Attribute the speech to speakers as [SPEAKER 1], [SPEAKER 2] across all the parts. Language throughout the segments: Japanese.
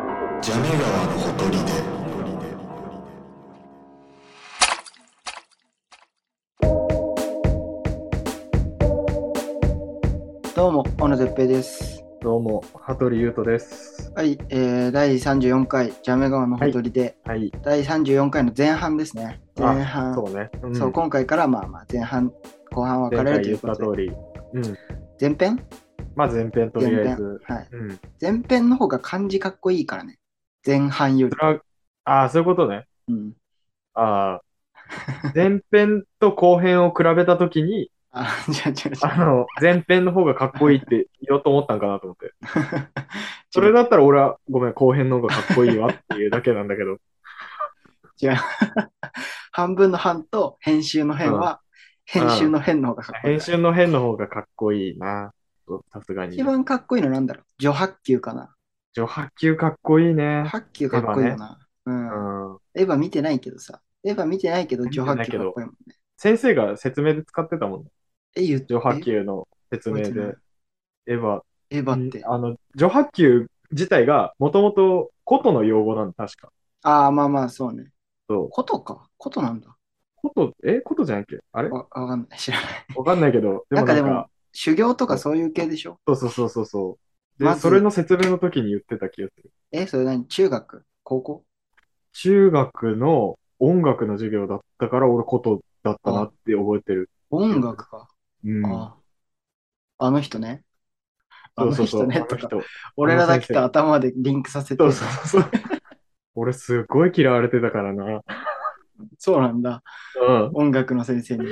[SPEAKER 1] 利根川のほとりで
[SPEAKER 2] どうも、小野絶平です。
[SPEAKER 3] どうも、羽鳥優斗です。
[SPEAKER 2] はい、えー、第34回、ジャメ川のほとりで、
[SPEAKER 3] はい。
[SPEAKER 2] 第34回の前半ですね。
[SPEAKER 3] あ
[SPEAKER 2] 前半、そ,、
[SPEAKER 3] そううね。うん
[SPEAKER 2] 今回からまあまあ前半、後半分か
[SPEAKER 3] 前
[SPEAKER 2] れると
[SPEAKER 3] 回
[SPEAKER 2] い
[SPEAKER 3] 言
[SPEAKER 2] う
[SPEAKER 3] っ
[SPEAKER 2] こ
[SPEAKER 3] た通
[SPEAKER 2] とで、
[SPEAKER 3] り。うん。
[SPEAKER 2] 前編
[SPEAKER 3] まあ前編とり
[SPEAKER 2] 前
[SPEAKER 3] あえ
[SPEAKER 2] 編
[SPEAKER 3] ず。。
[SPEAKER 2] はい。
[SPEAKER 3] うん。
[SPEAKER 2] 前編の方が漢字かっこいいからね。前半より
[SPEAKER 3] そ。れはああ、そういうことね。
[SPEAKER 2] うん。
[SPEAKER 3] あ あ。前編と後編を比べたときに、
[SPEAKER 2] あ、じゃあ、じゃあ、
[SPEAKER 3] あの、前編の方がかっこいいって言おうと思ったんかなと思って。
[SPEAKER 2] じゃあ。
[SPEAKER 3] それだったら俺は、ごめん、後編の方がかっこいいわっていうだけなんだ けど。
[SPEAKER 2] じゃあ、半分の半と編集の編は、編集の編の方がかっこいい
[SPEAKER 3] 編。集の編の方がかっこいいな。さすがに
[SPEAKER 2] 一。番かっこいいのなんだろう序白球かな。
[SPEAKER 3] 女波球かっこいいね。
[SPEAKER 2] 白球かっこいいよな。うん。
[SPEAKER 3] うん。
[SPEAKER 2] エヴァ見てないけどさ。エヴァ見てないけど、
[SPEAKER 3] 見て
[SPEAKER 2] 上白
[SPEAKER 3] ない
[SPEAKER 2] 球
[SPEAKER 3] け
[SPEAKER 2] か
[SPEAKER 3] ど
[SPEAKER 2] っこいいもんね。
[SPEAKER 3] 先生が説明で使ってたもんね。
[SPEAKER 2] え、言って。
[SPEAKER 3] 女波球の説明
[SPEAKER 2] 覚えてない
[SPEAKER 3] で。エヴァ
[SPEAKER 2] エヴァって。
[SPEAKER 3] あの、女波球自体がもともと琴の用語なんだ、確か。
[SPEAKER 2] ああ、まあまあ、そうね。
[SPEAKER 3] そう。
[SPEAKER 2] ことか。ことなんだ。
[SPEAKER 3] 琴、え琴じゃんけあれ
[SPEAKER 2] わわかんない。知らない。
[SPEAKER 3] わかんないけど、で
[SPEAKER 2] な
[SPEAKER 3] も
[SPEAKER 2] んか
[SPEAKER 3] な
[SPEAKER 2] で
[SPEAKER 3] ん
[SPEAKER 2] も
[SPEAKER 3] か、、
[SPEAKER 2] 修行とかそういう系でしょ
[SPEAKER 3] そうそうそうそうそう。で、
[SPEAKER 2] まず
[SPEAKER 3] それの説明の時に言ってた気がする。
[SPEAKER 2] え、それ何中学高校
[SPEAKER 3] 中学の音楽の授業だったから、俺琴だったなって覚えてる。
[SPEAKER 2] 音楽か。
[SPEAKER 3] うん。
[SPEAKER 2] あああの人ね。あ
[SPEAKER 3] そう
[SPEAKER 2] の
[SPEAKER 3] そうそ
[SPEAKER 2] 人
[SPEAKER 3] う。
[SPEAKER 2] ね
[SPEAKER 3] あ
[SPEAKER 2] と
[SPEAKER 3] の
[SPEAKER 2] か。
[SPEAKER 3] 人。
[SPEAKER 2] 俺らだけと
[SPEAKER 3] あの
[SPEAKER 2] 頭でリンクさせて
[SPEAKER 3] そう。そうそう そう。俺すごい嫌われてたからな。
[SPEAKER 2] そうなんだ。
[SPEAKER 3] うん。
[SPEAKER 2] 音楽の先生にね。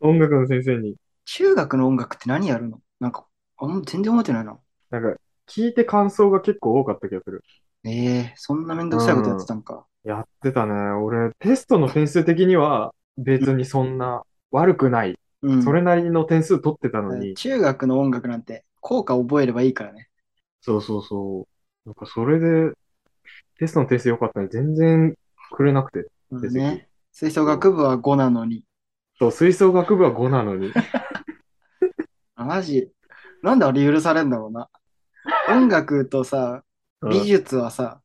[SPEAKER 3] 音楽の先生に、
[SPEAKER 2] 中学の音楽って何やるのなんか、あんま全然覚えてないな。
[SPEAKER 3] なんか、聞いて感想が結構多かった気がする。
[SPEAKER 2] ええそんなめんどくさいことやってたんか。
[SPEAKER 3] やってたね。俺、テストの点数的には別にそんな悪くない。
[SPEAKER 2] うん
[SPEAKER 3] それなりの点数取ってたのに。
[SPEAKER 2] 中学の音楽なんて効果覚えればいいからね。
[SPEAKER 3] そうそうそう。なんかそれで、テストの点数良かったのに全然くれなくて。
[SPEAKER 2] うん
[SPEAKER 3] 成績
[SPEAKER 2] ね吹奏楽部は5なのに。
[SPEAKER 3] そう、吹奏楽部は5なの に。
[SPEAKER 2] あマジ。なんであれ許されんだろうな。音楽とさ、美術はさ、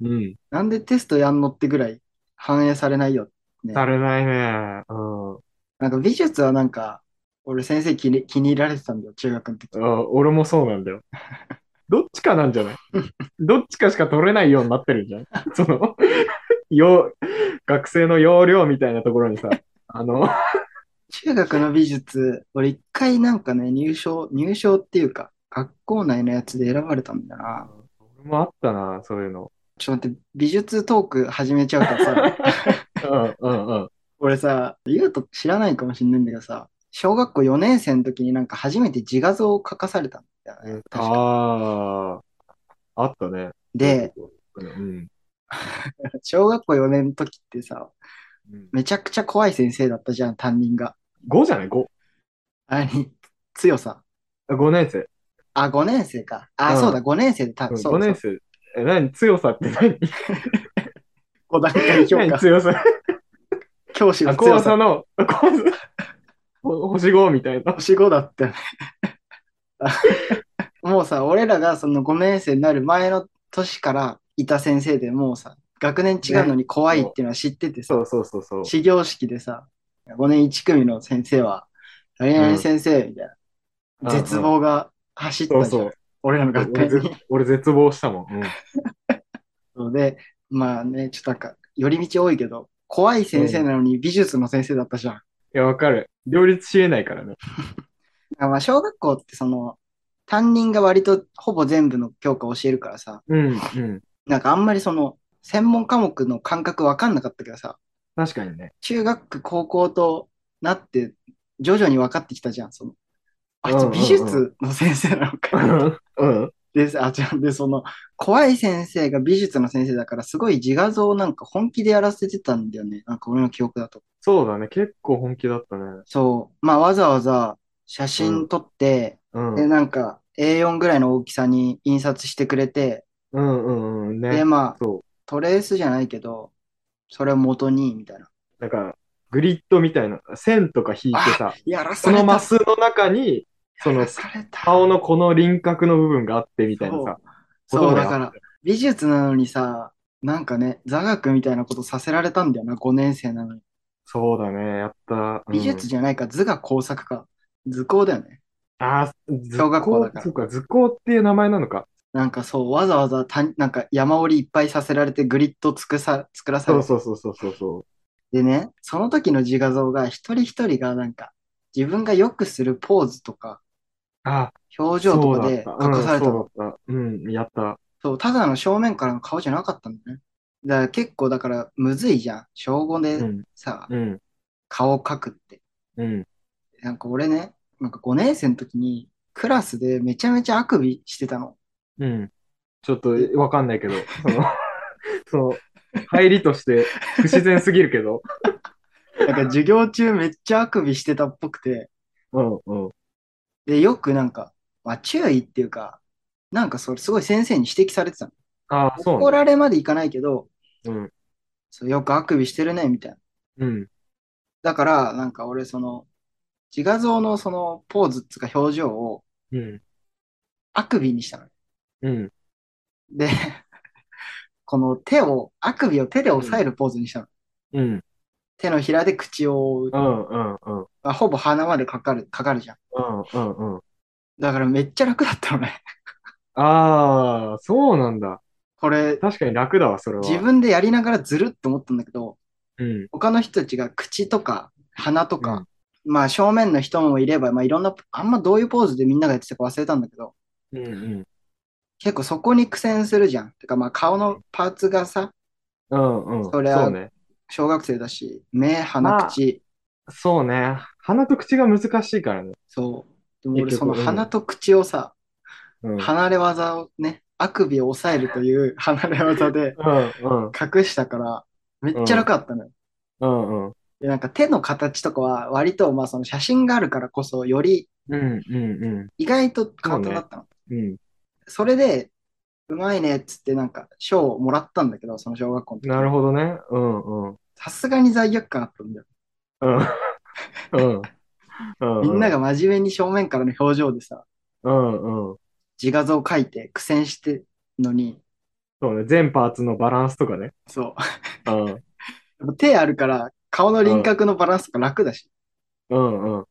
[SPEAKER 3] うん。
[SPEAKER 2] なんでテストやんのってぐらい反映されないよ。
[SPEAKER 3] されないね。うん。
[SPEAKER 2] なんか美術はなんか、俺先生気に気に入られてたんだよ、中学の時。
[SPEAKER 3] あ俺もそうなんだ よ。どっちかなんじゃないどっちかしか取れないようになってるんじゃんその、よ、学生の要領みたいなところにさ、あの、
[SPEAKER 2] 中学の美術、俺一回なんかね、入賞、入賞っていうか、学校内のやつで選ばれたんだな。
[SPEAKER 3] 俺もあったな、そういうの。
[SPEAKER 2] ちょっと待って、美術トーク始めちゃうからさ。
[SPEAKER 3] うんうんうん。
[SPEAKER 2] 俺さ、ゆうと知らないかもしんないんだけどさ、小学校4年生の時になんか初めて自画像を描かされたんだよね。確か
[SPEAKER 3] ああ、あったね。
[SPEAKER 2] で、、
[SPEAKER 3] うん。
[SPEAKER 2] 小学校4年の時ってさ、
[SPEAKER 3] うん、
[SPEAKER 2] めちゃくちゃ怖い先生だったじゃん、担任が。
[SPEAKER 3] 5じゃない ?5。
[SPEAKER 2] あに、強さ。
[SPEAKER 3] 5年生。
[SPEAKER 2] あ、5年生か。あ、
[SPEAKER 3] うん
[SPEAKER 2] そうだ、5年生でた、そう
[SPEAKER 3] 5年
[SPEAKER 2] 生。
[SPEAKER 3] 生。え、何強さって何
[SPEAKER 2] 5段階 評
[SPEAKER 3] 何
[SPEAKER 2] 価。
[SPEAKER 3] 強さ
[SPEAKER 2] 教師
[SPEAKER 3] あ、
[SPEAKER 2] の強
[SPEAKER 3] 怖さ
[SPEAKER 2] さ。
[SPEAKER 3] の、怖さ。ほ星5みたいな。
[SPEAKER 2] 星5だ ったよね。あもうさ、俺らがその5年生になる前の年からいた先生でもうさ、学年違うのに怖いっていうのは知っててさ、
[SPEAKER 3] そうそうそうそう。
[SPEAKER 2] 始業式でさ、5年1組の先生は、何々先生みたいな、
[SPEAKER 3] うん
[SPEAKER 2] 絶望が走ったじゃん、
[SPEAKER 3] そうそう
[SPEAKER 2] 俺らの学
[SPEAKER 3] 俺
[SPEAKER 2] 校
[SPEAKER 3] 絶
[SPEAKER 2] に。
[SPEAKER 3] 俺絶望したもん。うん
[SPEAKER 2] そうで、まあね、ちょっとなんか、寄り道多いけど、怖い先生なのに美術の先生だったじゃん。
[SPEAKER 3] いや、わかる。両立しえないからね。
[SPEAKER 2] あまあ小学校ってその、担任が割とほぼ全部の教科を教えるからさ、
[SPEAKER 3] うん、うん。
[SPEAKER 2] なんかあんまりその、専門科目の感覚わかんなかったけどさ、
[SPEAKER 3] 確かにね。
[SPEAKER 2] 中学、高校となって、徐々に分かってきたじゃん、その。あい
[SPEAKER 3] うんう
[SPEAKER 2] つ
[SPEAKER 3] んうん
[SPEAKER 2] 美術の先生なの
[SPEAKER 3] う
[SPEAKER 2] か。
[SPEAKER 3] ん。うん。
[SPEAKER 2] で、あ、じゃあで、その、怖い先生が美術の先生だから、すごい自画像をなんか本気でやらせてたんだよね。なんか俺の記憶だと。
[SPEAKER 3] そうだね。結構本気だったね。
[SPEAKER 2] そう。まあ、わざわざ写真撮って、
[SPEAKER 3] うん。
[SPEAKER 2] で、なんか A4 ぐらいの大きさに印刷してくれて、
[SPEAKER 3] うんうんうん。ね
[SPEAKER 2] で、。まあ
[SPEAKER 3] そう、
[SPEAKER 2] トレースじゃないけど、それを元に、みたいな。
[SPEAKER 3] なんか、グリッドみたいな、線とか引いてさ、
[SPEAKER 2] やらさ
[SPEAKER 3] そ
[SPEAKER 2] れ
[SPEAKER 3] のマ
[SPEAKER 2] た。
[SPEAKER 3] スの中に、そ
[SPEAKER 2] や
[SPEAKER 3] の
[SPEAKER 2] ら、された。
[SPEAKER 3] 顔のこの輪郭の部分があってみたいなさ。
[SPEAKER 2] そう、
[SPEAKER 3] ことが
[SPEAKER 2] だから、美術なのにさ、なんかね、座学みたいなことさせられたんだよな、5年生なのに。
[SPEAKER 3] そうだね、やった。うん
[SPEAKER 2] 美術じゃないか、図が工作か。図工だよね。
[SPEAKER 3] ああ、図
[SPEAKER 2] 小学校
[SPEAKER 3] 工
[SPEAKER 2] だから
[SPEAKER 3] そうか、図工っていう名前なのか。
[SPEAKER 2] なんかそう、わざわざたなんか山折りいっぱいさせられてグリッドつくさ作らさ
[SPEAKER 3] そ
[SPEAKER 2] れ
[SPEAKER 3] う
[SPEAKER 2] て。
[SPEAKER 3] そうそうそうそうそう。
[SPEAKER 2] でね、その時の自画像が一人一人がなんか自分がよくするポーズとか
[SPEAKER 3] あ、
[SPEAKER 2] 表情とかで
[SPEAKER 3] そうだった
[SPEAKER 2] 書かされたの。
[SPEAKER 3] うん、そうだった。うん、やった。
[SPEAKER 2] そう、ただの正面からの顔じゃなかったんだね。だから結構だからむずいじゃん。小5
[SPEAKER 3] う
[SPEAKER 2] で
[SPEAKER 3] ん、
[SPEAKER 2] さ、
[SPEAKER 3] うん、
[SPEAKER 2] 顔描くって。
[SPEAKER 3] うん。
[SPEAKER 2] なんか俺ね、なんか5年生の時にクラスでめちゃめちゃあくびしてたの。
[SPEAKER 3] うん。ちょっとわかんないけ ど、その、その、入りとして不自然すぎるけど。
[SPEAKER 2] なんか授業中めっちゃあくびしてたっぽくて。
[SPEAKER 3] うん、うん。
[SPEAKER 2] で、よくなんか、まあ、注意っていうか、なんかそれすごい先生に指摘されてたの。
[SPEAKER 3] ああ、そ
[SPEAKER 2] 怒
[SPEAKER 3] うなんだ。
[SPEAKER 2] られまでいかないけど、
[SPEAKER 3] うん、
[SPEAKER 2] そうよくあくびしてるね、みたいな。
[SPEAKER 3] うん、
[SPEAKER 2] だから、なんか俺、その、自画像のそのポーズっつうか表情を
[SPEAKER 3] うん、
[SPEAKER 2] あくびにしたの。
[SPEAKER 3] うん。
[SPEAKER 2] で、 この手を、あくびを手で押さえるポーズにしたの。
[SPEAKER 3] うん、
[SPEAKER 2] 手のひらで口を覆う
[SPEAKER 3] う。ん、うん、うん、
[SPEAKER 2] まあ、ほぼ鼻までかかる、かかるじゃん。
[SPEAKER 3] うん、うん。
[SPEAKER 2] だからめっちゃ楽だったの ね。
[SPEAKER 3] ああ、そうなんだ。
[SPEAKER 2] これ、
[SPEAKER 3] 確かに楽だわ、それは。
[SPEAKER 2] 自分でやりながらずるって思ったんだけど、
[SPEAKER 3] うん、
[SPEAKER 2] 他の人たちが口とか鼻とか、まあ正面の人もいれば、まあいろんな、あんまどういうポーズでみんながやってたか忘れたんだけど、
[SPEAKER 3] うん、うん、
[SPEAKER 2] 結構そこに苦戦するじゃん。てかまあ顔のパーツがさ、
[SPEAKER 3] うん、うん。
[SPEAKER 2] そりゃ
[SPEAKER 3] そうね。
[SPEAKER 2] 小学生だし、目、鼻、
[SPEAKER 3] まあ
[SPEAKER 2] 口、
[SPEAKER 3] そうね。鼻と口が難しいからね。
[SPEAKER 2] そう。でも俺
[SPEAKER 3] 結
[SPEAKER 2] そ
[SPEAKER 3] 局
[SPEAKER 2] の鼻と口をさ、
[SPEAKER 3] うん、うん、
[SPEAKER 2] 離れ技をね、あくびを抑えるという 離れ技で
[SPEAKER 3] うん、
[SPEAKER 2] 隠したから、めっちゃ楽だったのよ。
[SPEAKER 3] うん、うん、
[SPEAKER 2] で、なんか手の形とかは割とまあその写真があるからこそ、より
[SPEAKER 3] うん、うん、うん。
[SPEAKER 2] 意外と簡単だったの。
[SPEAKER 3] うん。
[SPEAKER 2] それで、うまいねっつってなんか賞をもらったんだけど、その小学校の時。
[SPEAKER 3] なるほどね。うんうん。
[SPEAKER 2] さすがに罪悪感あったんだよ。
[SPEAKER 3] うん。うん。
[SPEAKER 2] みんなが真面目に正面からの表情でさ、
[SPEAKER 3] うんうん。
[SPEAKER 2] 自画像描いて苦戦してのに、
[SPEAKER 3] そうね。全パーツのバランスとかね。
[SPEAKER 2] そう
[SPEAKER 3] うん。
[SPEAKER 2] やっぱ手あるから顔の輪郭のバランスとか楽だし、
[SPEAKER 3] うんうん。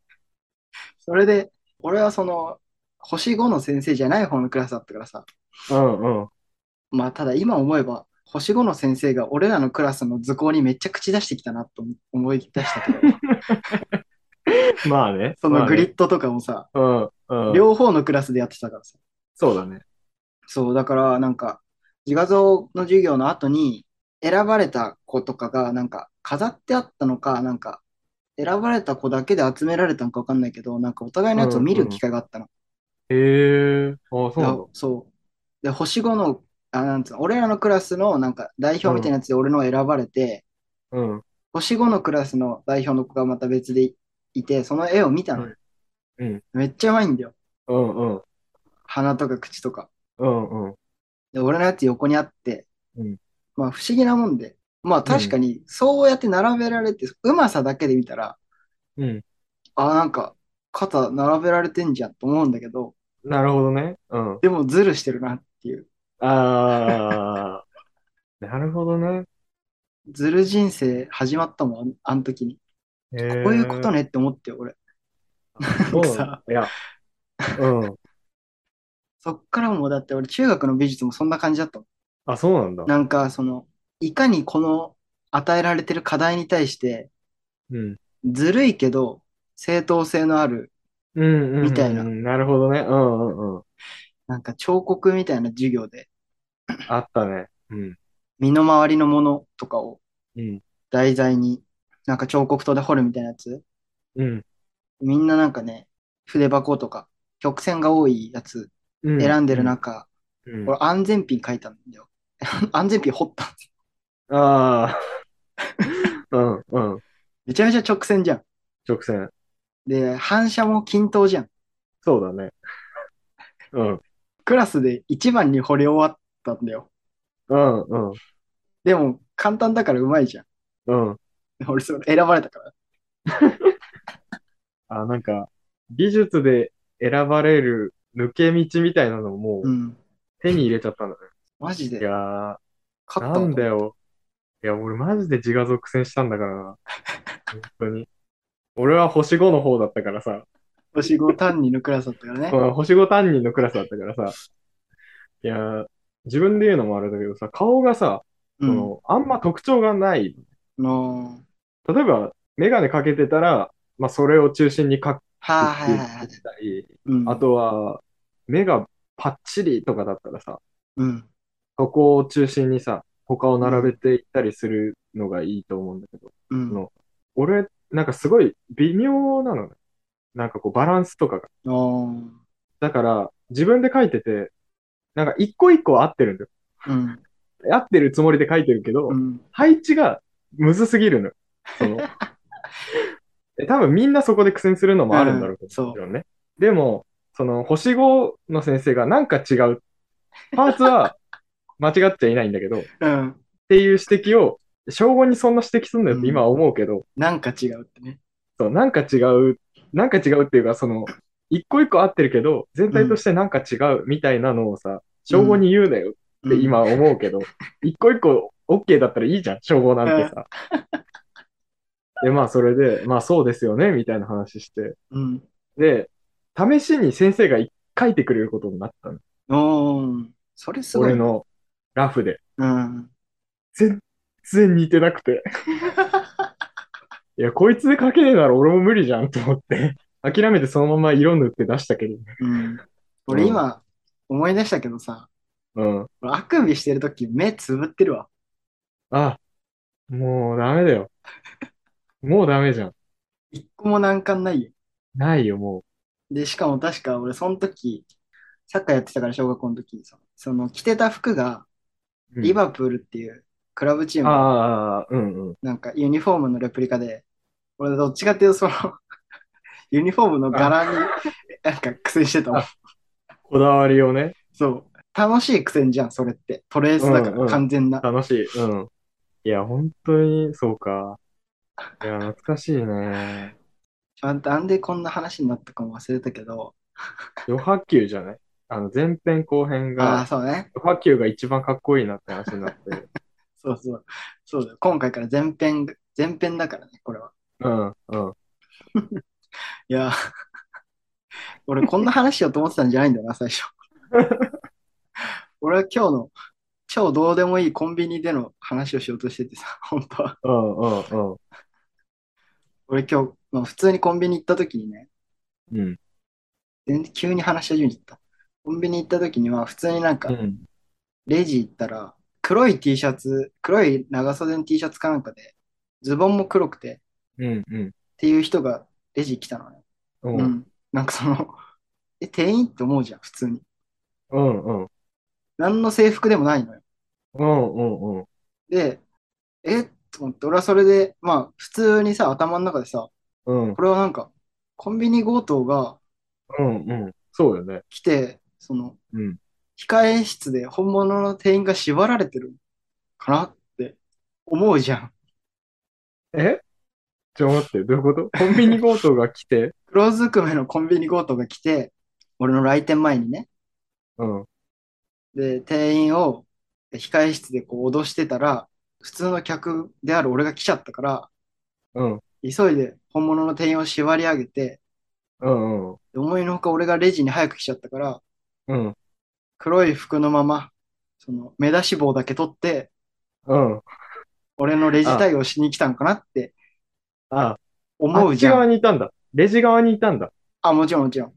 [SPEAKER 2] それで、俺はその、星5の先生じゃない方のクラスだったからさ、
[SPEAKER 3] うんうん。
[SPEAKER 2] まあただ今思えば、星5の先生が俺らのクラスの図工にめっちゃ口出してきたなと思い出した けど、
[SPEAKER 3] まあね。
[SPEAKER 2] そのグリ
[SPEAKER 3] ッ
[SPEAKER 2] ッドとかもさ、
[SPEAKER 3] ド。うんうん。
[SPEAKER 2] 両方のクラスでやってたからさ、
[SPEAKER 3] そうだね。
[SPEAKER 2] そう、だからなんか、自画像の授業の後に、選ばれた子とかが、なんか、飾ってあったのか、なんか、選ばれた子だけで集められたのかわかんないけど、なんかお互いのやつを見る機会があったの。
[SPEAKER 3] へえ。ああ、そうなんだ
[SPEAKER 2] だ。そうで、星5の、あ、なんつうの、俺らのクラスの、なんか、代表みたいなやつで俺の選ばれて、
[SPEAKER 3] うん。
[SPEAKER 2] 星5のクラスの代表の子がまた別でいて、その絵を見たの。
[SPEAKER 3] うんうん
[SPEAKER 2] めっちゃうまいんだよ。
[SPEAKER 3] うんうん。
[SPEAKER 2] 鼻とか口とか。
[SPEAKER 3] うんうん。
[SPEAKER 2] で、俺のやつ横にあって、
[SPEAKER 3] うん
[SPEAKER 2] まあ不思議なもんで、まあ確かにそうやって並べられて、うまさだけで見たら、
[SPEAKER 3] うん。
[SPEAKER 2] あ、なんか肩並べられてんじゃんと思うんだけど、
[SPEAKER 3] なるほどね。うん。
[SPEAKER 2] でもズルしてるなっていう、
[SPEAKER 3] ああ。 なるほどね。
[SPEAKER 2] ズル人生始まったもん、あんあの時に。
[SPEAKER 3] こう
[SPEAKER 2] こういうことねって思ってよ、俺。
[SPEAKER 3] そう
[SPEAKER 2] なんか
[SPEAKER 3] いや。うん。
[SPEAKER 2] そっからもうだって俺中学の美術もそんな感じだったもん。
[SPEAKER 3] あ、そうなんだ。
[SPEAKER 2] なんかその、いかにこの与えられてる課題に対して、
[SPEAKER 3] うん。
[SPEAKER 2] ずるいけど正当性のある
[SPEAKER 3] うんうんうんうん。
[SPEAKER 2] みたいな
[SPEAKER 3] なるほどね。うんうんうん。
[SPEAKER 2] なんか彫刻みたいな授業で
[SPEAKER 3] あったね。うん。
[SPEAKER 2] 身の回りのものとかを
[SPEAKER 3] うん。
[SPEAKER 2] 題材になんか彫刻刀で彫るみたいなやつ
[SPEAKER 3] うん。
[SPEAKER 2] みんななんかね筆箱とか曲線が多いやつ選んでる中、
[SPEAKER 3] うん。
[SPEAKER 2] 俺安全ピン書いたんだよ 安全ピン彫ったんですよ
[SPEAKER 3] ああ。うんうん。
[SPEAKER 2] めちゃめちゃ直線じゃん
[SPEAKER 3] 直線。
[SPEAKER 2] で反射も均等じゃん
[SPEAKER 3] そうだね。うん。
[SPEAKER 2] クラスで一番に彫り終わったんだよ
[SPEAKER 3] うんうん。
[SPEAKER 2] でも簡単だからうまいじゃん
[SPEAKER 3] うん。
[SPEAKER 2] 俺それ選ばれたから
[SPEAKER 3] あ、なんか、美術で選ばれる抜け道みたいなのも
[SPEAKER 2] うん
[SPEAKER 3] 手に入れちゃったんだね。
[SPEAKER 2] マジ
[SPEAKER 3] い
[SPEAKER 2] で
[SPEAKER 3] やー、
[SPEAKER 2] 勝ったわ
[SPEAKER 3] なんだよ。いや、俺マジで自画属戦したんだからな。本当に。俺は星5の方だったからさ、
[SPEAKER 2] 星5単にのクラスだったからね。
[SPEAKER 3] うん星5担任のクラスだったからさ、いやー、自分で言うのもあれだけどさ、顔がさ、
[SPEAKER 2] う
[SPEAKER 3] そ
[SPEAKER 2] ん。
[SPEAKER 3] のあんま特徴がない。
[SPEAKER 2] の
[SPEAKER 3] 例えば、メガネかけてたら、まあ、それを中心に描く
[SPEAKER 2] はあ、
[SPEAKER 3] っ
[SPEAKER 2] は
[SPEAKER 3] て
[SPEAKER 2] い
[SPEAKER 3] い
[SPEAKER 2] はいはい
[SPEAKER 3] うの。だったり、
[SPEAKER 2] うん、
[SPEAKER 3] あ、とは、目がパッチリとかだったらさ、
[SPEAKER 2] うん。
[SPEAKER 3] そこを中心にさ、他を並べていったりするのがいいと思うんだけど、
[SPEAKER 2] うん。
[SPEAKER 3] の俺、なんかすごい微妙なのね。なんかこうバランスとかが。
[SPEAKER 2] の
[SPEAKER 3] だから、自分で書いてて、なんか一個一個は合ってるんだ
[SPEAKER 2] うん。
[SPEAKER 3] よ。合ってるつもりで書いてるけど、
[SPEAKER 2] うん。
[SPEAKER 3] 配置がむずすぎるのよ。そ のえ多分みんなそこで苦戦するのもあるんだろうけ
[SPEAKER 2] うん
[SPEAKER 3] ど、
[SPEAKER 2] そう
[SPEAKER 3] もちろんね。でも、その星5の先生がなんか違う。パーツは間違っちゃいないんだけど、っ
[SPEAKER 2] うん。
[SPEAKER 3] ていう指摘を、小5にそんな指摘すんだよって今は思うけど、
[SPEAKER 2] なんか違うってね。
[SPEAKER 3] そう、なんか違う、なんか違うっていうか、その、一個一個合ってるけど、全体としてなんか違うみたいなのをさ、小5に言うなよって今思うけど、一個一個 OK だったらいいじゃん、称号なんてさ。で、まあそれで、まあそうですよね、みたいな話して。
[SPEAKER 2] うん。
[SPEAKER 3] で、試しに先生が書いてくれることになったの。
[SPEAKER 2] うん。おー、それすごい
[SPEAKER 3] 俺
[SPEAKER 2] な。
[SPEAKER 3] のラフで。
[SPEAKER 2] うん。
[SPEAKER 3] 全然似てな くて。いや、こいつで書けねえなら俺も無理じゃんと思って。諦めてそのまま色塗って出したけど。
[SPEAKER 2] うん。俺今、思い出したけどさ、
[SPEAKER 3] うん。
[SPEAKER 2] 俺あくびしてるとき目つぶってるわ。
[SPEAKER 3] あ、もうダメだよ。もうダメじゃん。
[SPEAKER 2] 一個も難関ないよ。
[SPEAKER 3] ないよ、も
[SPEAKER 2] で、しかも確か俺その時、サッカーやってたから小学校の時にさ、その着てた服が
[SPEAKER 3] う。
[SPEAKER 2] リバプールっていうクラブチームの
[SPEAKER 3] ああ、うんうん。
[SPEAKER 2] なんかユニフォームのレプリカで、俺どっちかっていうとその、 ユニフォームの柄になんか苦戦してたもん
[SPEAKER 3] あこだわりをね、
[SPEAKER 2] そう。楽しい苦戦じゃん、それって。トレースだか
[SPEAKER 3] うんう
[SPEAKER 2] ら、
[SPEAKER 3] ん
[SPEAKER 2] 完全な。
[SPEAKER 3] 楽しい。うん。いや、本当に、そうか。いや、懐かしいね。
[SPEAKER 2] ちゃんとなんでこんな話になったかも忘れたけど、
[SPEAKER 3] 余波球じゃないあの、前編後編
[SPEAKER 2] ああー、
[SPEAKER 3] が、
[SPEAKER 2] そうね。
[SPEAKER 3] 余波球が一番かっこいいなって話になって。
[SPEAKER 2] そうそう。そうだよ。今回から前編、前編だからね、これは。
[SPEAKER 3] うん、うん。
[SPEAKER 2] いやー、俺こんな話しようと思ってたんじゃないんだ よな、最初。俺は今日の、超どうでもいいコンビニでの話をしようとしててさ、本当は。
[SPEAKER 3] うん、うん、うん。
[SPEAKER 2] 俺今日、まあ、普通にコンビニ行った時にね、
[SPEAKER 3] うん。
[SPEAKER 2] 全然急に話し始めちゃった。コンビニ行った時には、普通になんか
[SPEAKER 3] う、ん。
[SPEAKER 2] レジ行ったら、黒い T シャツ、黒い長袖の T シャツかなんかで、ズボンも黒くて、っ
[SPEAKER 3] うん、うん。
[SPEAKER 2] ていう人がレジ来たのね。
[SPEAKER 3] うん、
[SPEAKER 2] う
[SPEAKER 3] うん、
[SPEAKER 2] ん。なんかその、え、店員って思うじゃん、普通に。
[SPEAKER 3] うん。
[SPEAKER 2] 何の制服でもないのよ。
[SPEAKER 3] うん、うん、うん。
[SPEAKER 2] で、えと思って、俺はそれで、まあ、普通にさ、頭の中でさ、
[SPEAKER 3] うん、
[SPEAKER 2] これはなんか、コンビニ強盗が
[SPEAKER 3] うん、うん。そうよね。
[SPEAKER 2] 来て、その、
[SPEAKER 3] うん。
[SPEAKER 2] 控え室で本物の店員が縛られてるかなって思うじゃん。
[SPEAKER 3] えちょ、待って、どういうことコンビニ強盗が来て、
[SPEAKER 2] 黒ずくめのコンビニ強盗が来て、俺の来店前にね。
[SPEAKER 3] うん、
[SPEAKER 2] で、店員を控え室でこう脅してたら、普通の客である俺が来ちゃったから、
[SPEAKER 3] うん、
[SPEAKER 2] 急いで本物の店員を縛り上げて、
[SPEAKER 3] うん、うん、
[SPEAKER 2] で思いのほか俺がレジに早く来ちゃったから、
[SPEAKER 3] うん、
[SPEAKER 2] 黒い服のまま、その目出し帽だけ取って、
[SPEAKER 3] うん。
[SPEAKER 2] 俺のレジ対応しに来たんかなって
[SPEAKER 3] あ、
[SPEAKER 2] 思うじ
[SPEAKER 3] あっち
[SPEAKER 2] ゃん。
[SPEAKER 3] 側にいたんだ。レジ側にいたんだ。
[SPEAKER 2] あ、もちろんもちろん。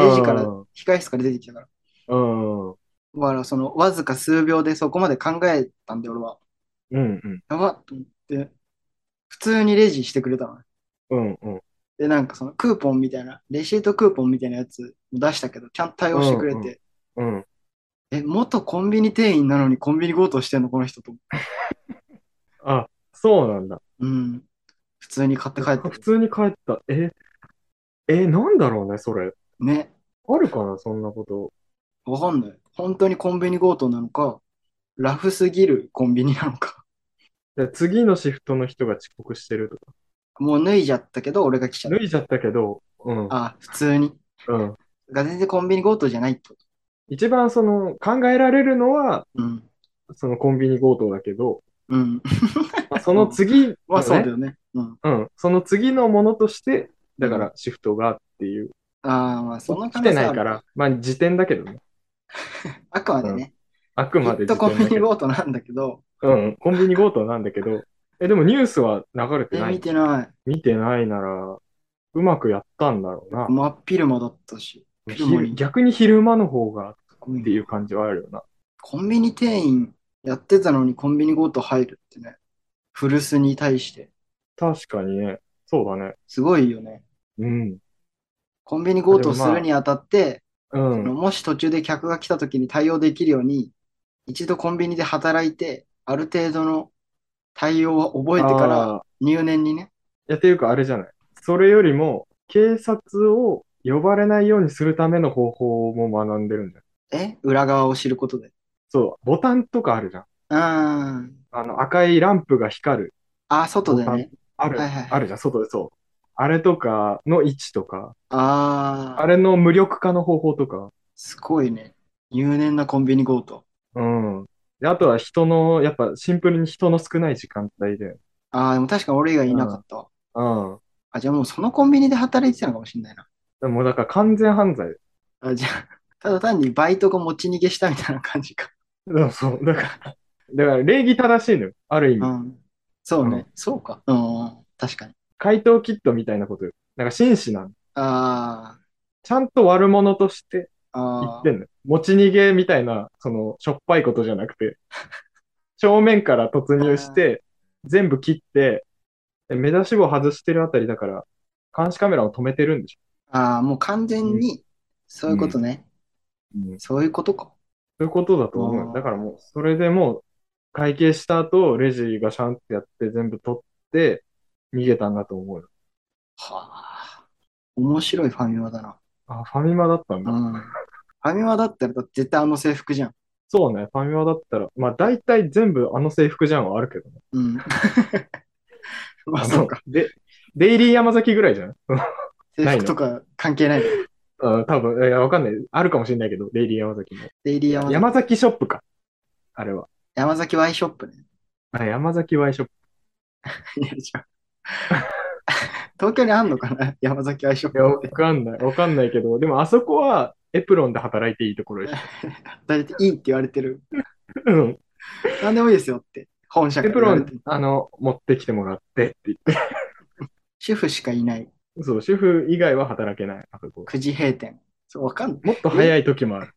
[SPEAKER 2] レジから控え室から出てきたから。
[SPEAKER 3] うん。うん。
[SPEAKER 2] だからそのわずか数秒でそこまで考えたんで俺は。
[SPEAKER 3] うん。
[SPEAKER 2] やばっと思って、普通にレジしてくれたのね。
[SPEAKER 3] うん。うん。
[SPEAKER 2] で、なんかそのクーポンみたいな、レシートクーポンみたいなやつも出したけど、ちゃんと対応してくれて、
[SPEAKER 3] うんうんうん。
[SPEAKER 2] え、元コンビニ店員なのにコンビニ強盗してんの、この人と。
[SPEAKER 3] あ、そうなんだ。
[SPEAKER 2] うん。普通に買って帰って
[SPEAKER 3] 普通に帰った。え、え、なんだろうね、それ。
[SPEAKER 2] ね。
[SPEAKER 3] あるかな、そんなこと。
[SPEAKER 2] わかんない。本当にコンビニ強盗なのか、ラフすぎるコンビニなのか。
[SPEAKER 3] で次のシフトの人が遅刻してるとか。
[SPEAKER 2] もう脱いじゃったけど、俺が来ちゃっ
[SPEAKER 3] 脱いじゃったけど、うん。
[SPEAKER 2] た。あ、普通に。
[SPEAKER 3] うん。
[SPEAKER 2] が全然コンビニ強盗じゃないってこと。
[SPEAKER 3] 一番その、考えられるのは、
[SPEAKER 2] うん。
[SPEAKER 3] そのコンビニ強盗だけど、
[SPEAKER 2] うん。
[SPEAKER 3] まあ、その次のね、
[SPEAKER 2] は、そうだよね。うん。
[SPEAKER 3] うん、その次のものとして、だからシフトがっていう。
[SPEAKER 2] ああ、まあ、その
[SPEAKER 3] 来
[SPEAKER 2] 可
[SPEAKER 3] て
[SPEAKER 2] 能性
[SPEAKER 3] ない
[SPEAKER 2] あ
[SPEAKER 3] か
[SPEAKER 2] る。
[SPEAKER 3] ら、まあ時点だけどね。
[SPEAKER 2] あくまでね、
[SPEAKER 3] あく
[SPEAKER 2] き
[SPEAKER 3] ま
[SPEAKER 2] っ
[SPEAKER 3] で
[SPEAKER 2] と
[SPEAKER 3] 時
[SPEAKER 2] コンビ
[SPEAKER 3] 点だ
[SPEAKER 2] ニ
[SPEAKER 3] けど。
[SPEAKER 2] 強盗なんだけど、
[SPEAKER 3] うん、コンビニ強盗なんだけど、え、でもニュースは流れて
[SPEAKER 2] え、
[SPEAKER 3] ない
[SPEAKER 2] 見。てない。
[SPEAKER 3] 見てないなら、うまくやったんだろうな。
[SPEAKER 2] 真っ昼間だったし、昼間
[SPEAKER 3] 昼
[SPEAKER 2] に
[SPEAKER 3] 逆に昼間の方が
[SPEAKER 2] コン
[SPEAKER 3] って
[SPEAKER 2] ビニ
[SPEAKER 3] いう感じはあるよな。
[SPEAKER 2] コンビニ店員やってたのにコンビニ強盗入るってね、古巣に対して、
[SPEAKER 3] 確かにね、そうだね。
[SPEAKER 2] すごいよね。
[SPEAKER 3] うん。
[SPEAKER 2] コンビニ強盗するにあたって、
[SPEAKER 3] う
[SPEAKER 2] その
[SPEAKER 3] ん。
[SPEAKER 2] もし途中で客が来た時に対応できるように、一度コンビニで働いて、ある程度の対応を覚えてから、
[SPEAKER 3] あー
[SPEAKER 2] 入念にね。
[SPEAKER 3] いや、っていうかあれじゃない。それよりも、警察を呼ばれないようにするための方法も学んでるんだよ。
[SPEAKER 2] え裏側を知ることで。
[SPEAKER 3] そう、ボタンとかあるじゃん。
[SPEAKER 2] あー
[SPEAKER 3] あの、赤いランプが光る。
[SPEAKER 2] あ、外でね。
[SPEAKER 3] ある、
[SPEAKER 2] はいはいはい
[SPEAKER 3] あるじゃん、外でそう。あれとかの位置とか、
[SPEAKER 2] あ
[SPEAKER 3] あ
[SPEAKER 2] あ、
[SPEAKER 3] れの無力化の方法とか、
[SPEAKER 2] すごいね。入念なコンビニ強盗。
[SPEAKER 3] うん。で、あとは人の、やっぱシンプルに人の少ない時間帯で、
[SPEAKER 2] ああ、でも確かに俺以外いなかったわ。
[SPEAKER 3] うん。
[SPEAKER 2] あ、じゃあもうそのコンビニで働いてたのかもしれないな。
[SPEAKER 3] でもだから完全犯罪。
[SPEAKER 2] あ、じゃあ、 ただ単にバイトが持ち逃げしたみたいな感じか。
[SPEAKER 3] だそう、だから、だから礼儀正しいのよ、ある意
[SPEAKER 2] う
[SPEAKER 3] 味。
[SPEAKER 2] ん。そう
[SPEAKER 3] う
[SPEAKER 2] ね。そうか。うんうん。確かに。
[SPEAKER 3] 怪盗キットみたいなことよ。なんか紳士なの。
[SPEAKER 2] あ
[SPEAKER 3] ちゃんと悪者として
[SPEAKER 2] あ、
[SPEAKER 3] 言
[SPEAKER 2] あ
[SPEAKER 3] っ
[SPEAKER 2] あ
[SPEAKER 3] て、んのよ。持ち逃げみたいな、その、しょっぱいことじゃなくて、 正面から突入して、全部切って、で目出し棒外してるあたりだから、監視カメラを止めてるんでしょ。
[SPEAKER 2] ああ、もう完全に、そういうことね。
[SPEAKER 3] うん
[SPEAKER 2] そういうことか。
[SPEAKER 3] そういうことだと思う
[SPEAKER 2] あ
[SPEAKER 3] よ。
[SPEAKER 2] ー
[SPEAKER 3] だからもう、それでもう、会計した後、レジがシャンってやって、全部取って、逃げたんだと思うよ。
[SPEAKER 2] はあ。面白いファミマだな。
[SPEAKER 3] あ、ファミマだったんだ。
[SPEAKER 2] うん。ファミマだったらだって絶対あの制服じゃん。
[SPEAKER 3] そうね、ファミマだったら、まあ大体全部あの制服じゃんはあるけどね。
[SPEAKER 2] うん。まあ
[SPEAKER 3] の
[SPEAKER 2] そうか。。
[SPEAKER 3] で、デイリー山崎ぐらいじゃん。
[SPEAKER 2] 制服とか関係ない。
[SPEAKER 3] うん、多分、いや、わかんない。あるかもしれないけど、デイリー山崎も。
[SPEAKER 2] デイリー山崎。
[SPEAKER 3] 山崎ショップか。あれは。
[SPEAKER 2] 山崎ワインショップね。
[SPEAKER 3] あ山崎ワイショップ。
[SPEAKER 2] いやじゃあ 東京にあんのかな山崎ワインショッ
[SPEAKER 3] いや、
[SPEAKER 2] プ
[SPEAKER 3] わ
[SPEAKER 2] って。
[SPEAKER 3] かんない。わかんないけど、でもあそこはエプロンで働いていいところでしょ。
[SPEAKER 2] だいたいいって言われてる。
[SPEAKER 3] うん。
[SPEAKER 2] なんでもいいですよって。本社か
[SPEAKER 3] エ
[SPEAKER 2] ら
[SPEAKER 3] プ
[SPEAKER 2] 言わ
[SPEAKER 3] ロ
[SPEAKER 2] れて
[SPEAKER 3] ン、あの、持ってきてもらってって言って。
[SPEAKER 2] 主婦しかいない。
[SPEAKER 3] そう、主婦以外は働けない。あそこ。
[SPEAKER 2] 9時閉店。そう、わかんない。
[SPEAKER 3] もっと早い時もある。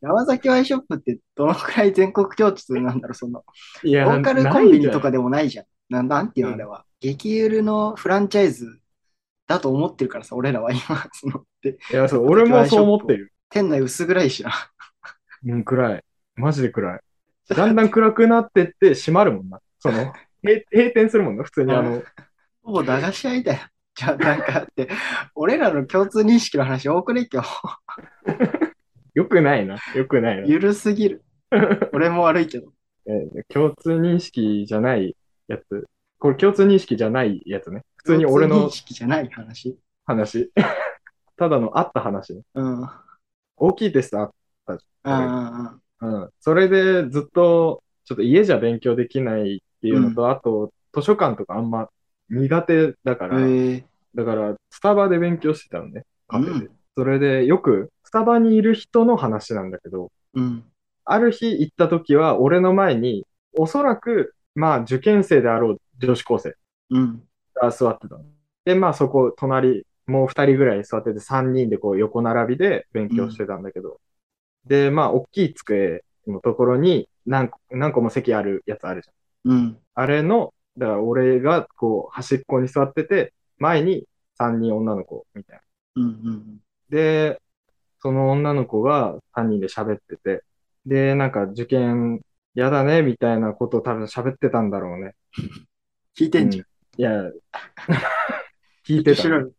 [SPEAKER 2] 山崎ワインショップってどのくらい全国共通なんだろう、その。
[SPEAKER 3] いや、
[SPEAKER 2] ローカル
[SPEAKER 3] な
[SPEAKER 2] コンビニ
[SPEAKER 3] ないんじゃ
[SPEAKER 2] と
[SPEAKER 3] ない
[SPEAKER 2] かでもないじゃん。なんなんていうの
[SPEAKER 3] う
[SPEAKER 2] あ
[SPEAKER 3] ん
[SPEAKER 2] れは。激ゆるのフランチャイズだと思ってるからさ、俺らは今、その、で、
[SPEAKER 3] いや、そう、俺もそう思ってる。
[SPEAKER 2] 店内薄暗いしな。
[SPEAKER 3] うん、暗い。マジで暗い。だんだん暗くなってって閉まるもんな。その、閉閉店するもんな、普通にあの、
[SPEAKER 2] ほぼ駄菓子屋だよ。じゃあ、なんかあって、俺らの共通認識の話多くね今日。
[SPEAKER 3] 良くないな、良くないな。
[SPEAKER 2] ゆるすぎる。俺も悪いけど。
[SPEAKER 3] え共通認識じゃないやつ。これ共通認識じゃないやつね。普通に俺
[SPEAKER 2] 共
[SPEAKER 3] の
[SPEAKER 2] 通認識じゃない話。
[SPEAKER 3] 話。 ただのあった話ね。
[SPEAKER 2] うん。あ
[SPEAKER 3] 大きいテストあっ
[SPEAKER 2] あ、
[SPEAKER 3] うん。それでずっと、ちょっと家じゃ勉強できないっていうのと、あと、図書館とかあんま苦手だか
[SPEAKER 2] え
[SPEAKER 3] ら、
[SPEAKER 2] ー、
[SPEAKER 3] だから、スタバで勉強してたのね。カフェで。
[SPEAKER 2] う
[SPEAKER 3] それで、よく、スタバにいる人の話なんだけど、
[SPEAKER 2] うん。
[SPEAKER 3] ある日行った時は、俺の前に、おそらく、まあ、受験生であろう女子高生
[SPEAKER 2] うん。
[SPEAKER 3] が座ってたの。で、まあ、そこ、隣、もう二人ぐらい座ってて、三人でこう、横並びで勉強してたんだけど。で、まあ、大きい机のところに何個、何個も席あるやつあるじゃん。
[SPEAKER 2] うん。
[SPEAKER 3] あれの、だから俺がこう、端っこに座ってて、前に三人女の子みたいな。
[SPEAKER 2] うん。うん。
[SPEAKER 3] で、その女の子が3人で喋ってて、で、なんか受験やだね、みたいなことを多分喋ってたんだろうね。
[SPEAKER 2] 聞いてんじゃん。
[SPEAKER 3] いや、 聞いてた。
[SPEAKER 2] 面白い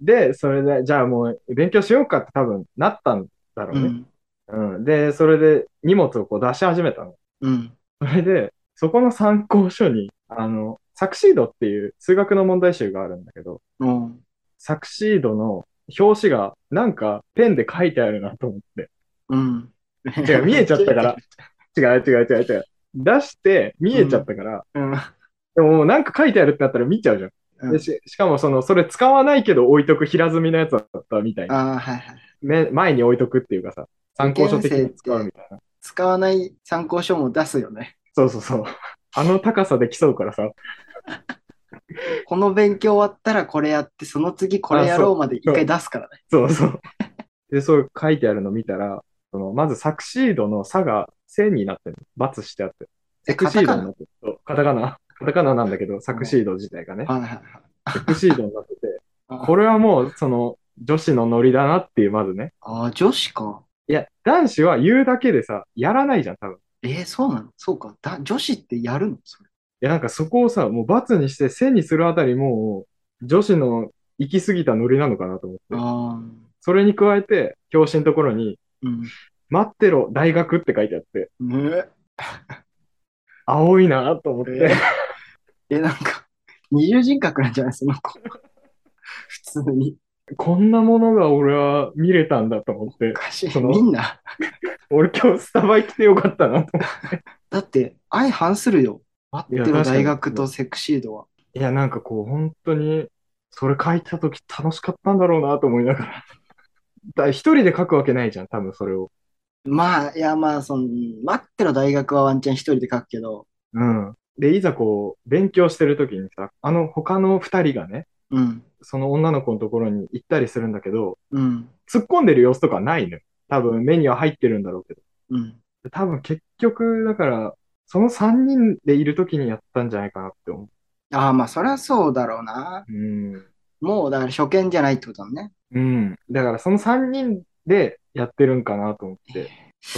[SPEAKER 3] で、それで、じゃあもう勉強しようかって多分なったんだろ
[SPEAKER 2] う
[SPEAKER 3] うね。
[SPEAKER 2] ん。
[SPEAKER 3] うん。で、それで荷物をこう出し始めたの。
[SPEAKER 2] うん。
[SPEAKER 3] それで、そこの参考書に、あの、サクシードっていう数学の問題集があるんだけど、
[SPEAKER 2] うん。
[SPEAKER 3] サ クシードの表紙がなんかペンで書いてあるなと思って。
[SPEAKER 2] うん。
[SPEAKER 3] 違う、見えちゃったから。違う違う違う違う。出して、見えちゃったから、
[SPEAKER 2] うん。
[SPEAKER 3] でももうなんか書いてあるってなったら見ちゃうじゃん。
[SPEAKER 2] うん
[SPEAKER 3] でししかもその、それ使わないけど置いとく平積みのやつだったみたい
[SPEAKER 2] あ
[SPEAKER 3] な。
[SPEAKER 2] あ、はいはい。
[SPEAKER 3] め前に置いとくっていうかさ、参考書的に使うみたいな。
[SPEAKER 2] 使わない参考書も出すよね。
[SPEAKER 3] そうそうそう。あの高さで競うからさ、
[SPEAKER 2] この勉強終わったらこれやって、その次これやろうまで一回出すからね。
[SPEAKER 3] そうそう。で、そう書いてあるの見たら、そのまずサクシードの差が線になってるの。×してあって。
[SPEAKER 2] え
[SPEAKER 3] セクシード
[SPEAKER 2] カタカナ
[SPEAKER 3] になってる。そうカタカナ。カタカナなんだけど、サクシード自体がね。
[SPEAKER 2] はいはいはい。
[SPEAKER 3] セクシードになってて、
[SPEAKER 2] あ
[SPEAKER 3] これはもう、その、女子のノリだなっていう、まずね。
[SPEAKER 2] あー、女子か。
[SPEAKER 3] いや、男子は言うだけでさ、やらないじゃん、多分。い
[SPEAKER 2] えー、そうなのそうかだ。女子ってやるのそれ。
[SPEAKER 3] や、なんかそこをさ、もう×にして線にするあたりもう、女子の行き過ぎたノリなのかなと思って。
[SPEAKER 2] ああ、
[SPEAKER 3] それに加えて、表紙のところに、待ってろ、大学って書いてあって、
[SPEAKER 2] うん。ね
[SPEAKER 3] 青いなと思って。
[SPEAKER 2] ええ、なんか、二重人格なんじゃないその子。普通に。
[SPEAKER 3] こんなものが俺は見れたんだと思って
[SPEAKER 2] お、かしい。
[SPEAKER 3] その
[SPEAKER 2] みんな。
[SPEAKER 3] 俺今日スタバ行ってよかったなと思っ
[SPEAKER 2] だって、相反するよ。待って
[SPEAKER 3] いや
[SPEAKER 2] る
[SPEAKER 3] 確か
[SPEAKER 2] 大
[SPEAKER 3] に
[SPEAKER 2] 学とセクシードは。
[SPEAKER 3] て。いや、なんかこう、本当に、それ書いた時楽しかったんだろうなと思いながら。 だ一人で書くわけないじゃん、多分それを。
[SPEAKER 2] まあ、いや、まあ、その、待ってる大学はワンチャン一人で書くけど、
[SPEAKER 3] うん。で、いざこう、勉強してる時にさ、あの他の二人がね、
[SPEAKER 2] うん、
[SPEAKER 3] その女の子のところに行ったりするんだけど、
[SPEAKER 2] うん、
[SPEAKER 3] 突っ込んでる様子とかないのよ。多分目には入ってるんだろうけど。
[SPEAKER 2] うん。
[SPEAKER 3] 多分結局、だから、その三人でいる時にやったんじゃないかなって思
[SPEAKER 2] ああ、まあ、そりゃそうだろうな。
[SPEAKER 3] う。うん。
[SPEAKER 2] もう、だから初見じゃないってことだね。
[SPEAKER 3] うん。だからその3人でやってるんかなと思って。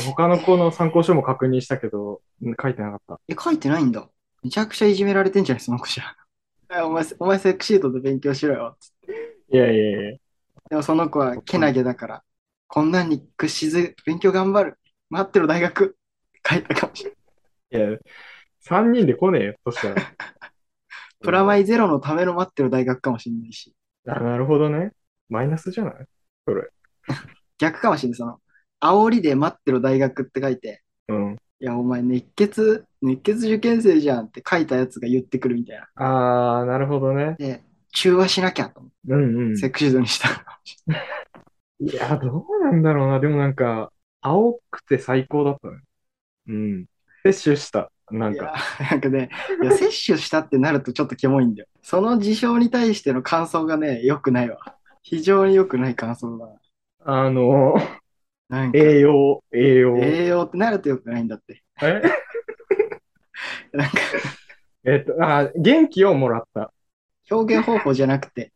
[SPEAKER 3] 他の子の参考書も確認したけど、うん書いてなかった。
[SPEAKER 2] え、書いてないんだ。めちゃくちゃいじめられてんじゃないその子じゃ。 えお前、お前セクシードで勉強しろよ。
[SPEAKER 3] いやいやいや。
[SPEAKER 2] でもその子はけなげだから、こんなんに屈しず、勉強頑張る。待ってる大学。書いたかもしれない。
[SPEAKER 3] いや、3人で来ねえよ、そした ら。
[SPEAKER 2] プラマ
[SPEAKER 3] イ。
[SPEAKER 2] イゼロのための待ってる大学かもしれないし、
[SPEAKER 3] あ、なるほどね。マイナスじゃないそれ。
[SPEAKER 2] 逆かもしれない。その、煽りで待ってる大学って書いて、
[SPEAKER 3] うん。
[SPEAKER 2] いや、お前、熱血、熱血受験生じゃんって書いたやつが言ってくるみたいな。
[SPEAKER 3] あー、なるほどね。
[SPEAKER 2] で、中和しなきゃと思って、
[SPEAKER 3] うんうん。
[SPEAKER 2] セクシードにした。
[SPEAKER 3] いや、どうなんだろうな。でもなんか、青くて最高だったね。うん。摂取した。なん
[SPEAKER 2] いや
[SPEAKER 3] か。、
[SPEAKER 2] なんかね、いや、摂取したってなるとちょっとキモいんだよ。その事象に対しての感想がね、良くないわ。非常に良くない感想だな。
[SPEAKER 3] あの、
[SPEAKER 2] なんか、
[SPEAKER 3] 栄養、栄養。
[SPEAKER 2] 栄養ってなると良くないんだって。
[SPEAKER 3] え
[SPEAKER 2] なんか、
[SPEAKER 3] えっと、あ、元気をもらった。
[SPEAKER 2] 表現方法じゃなくて、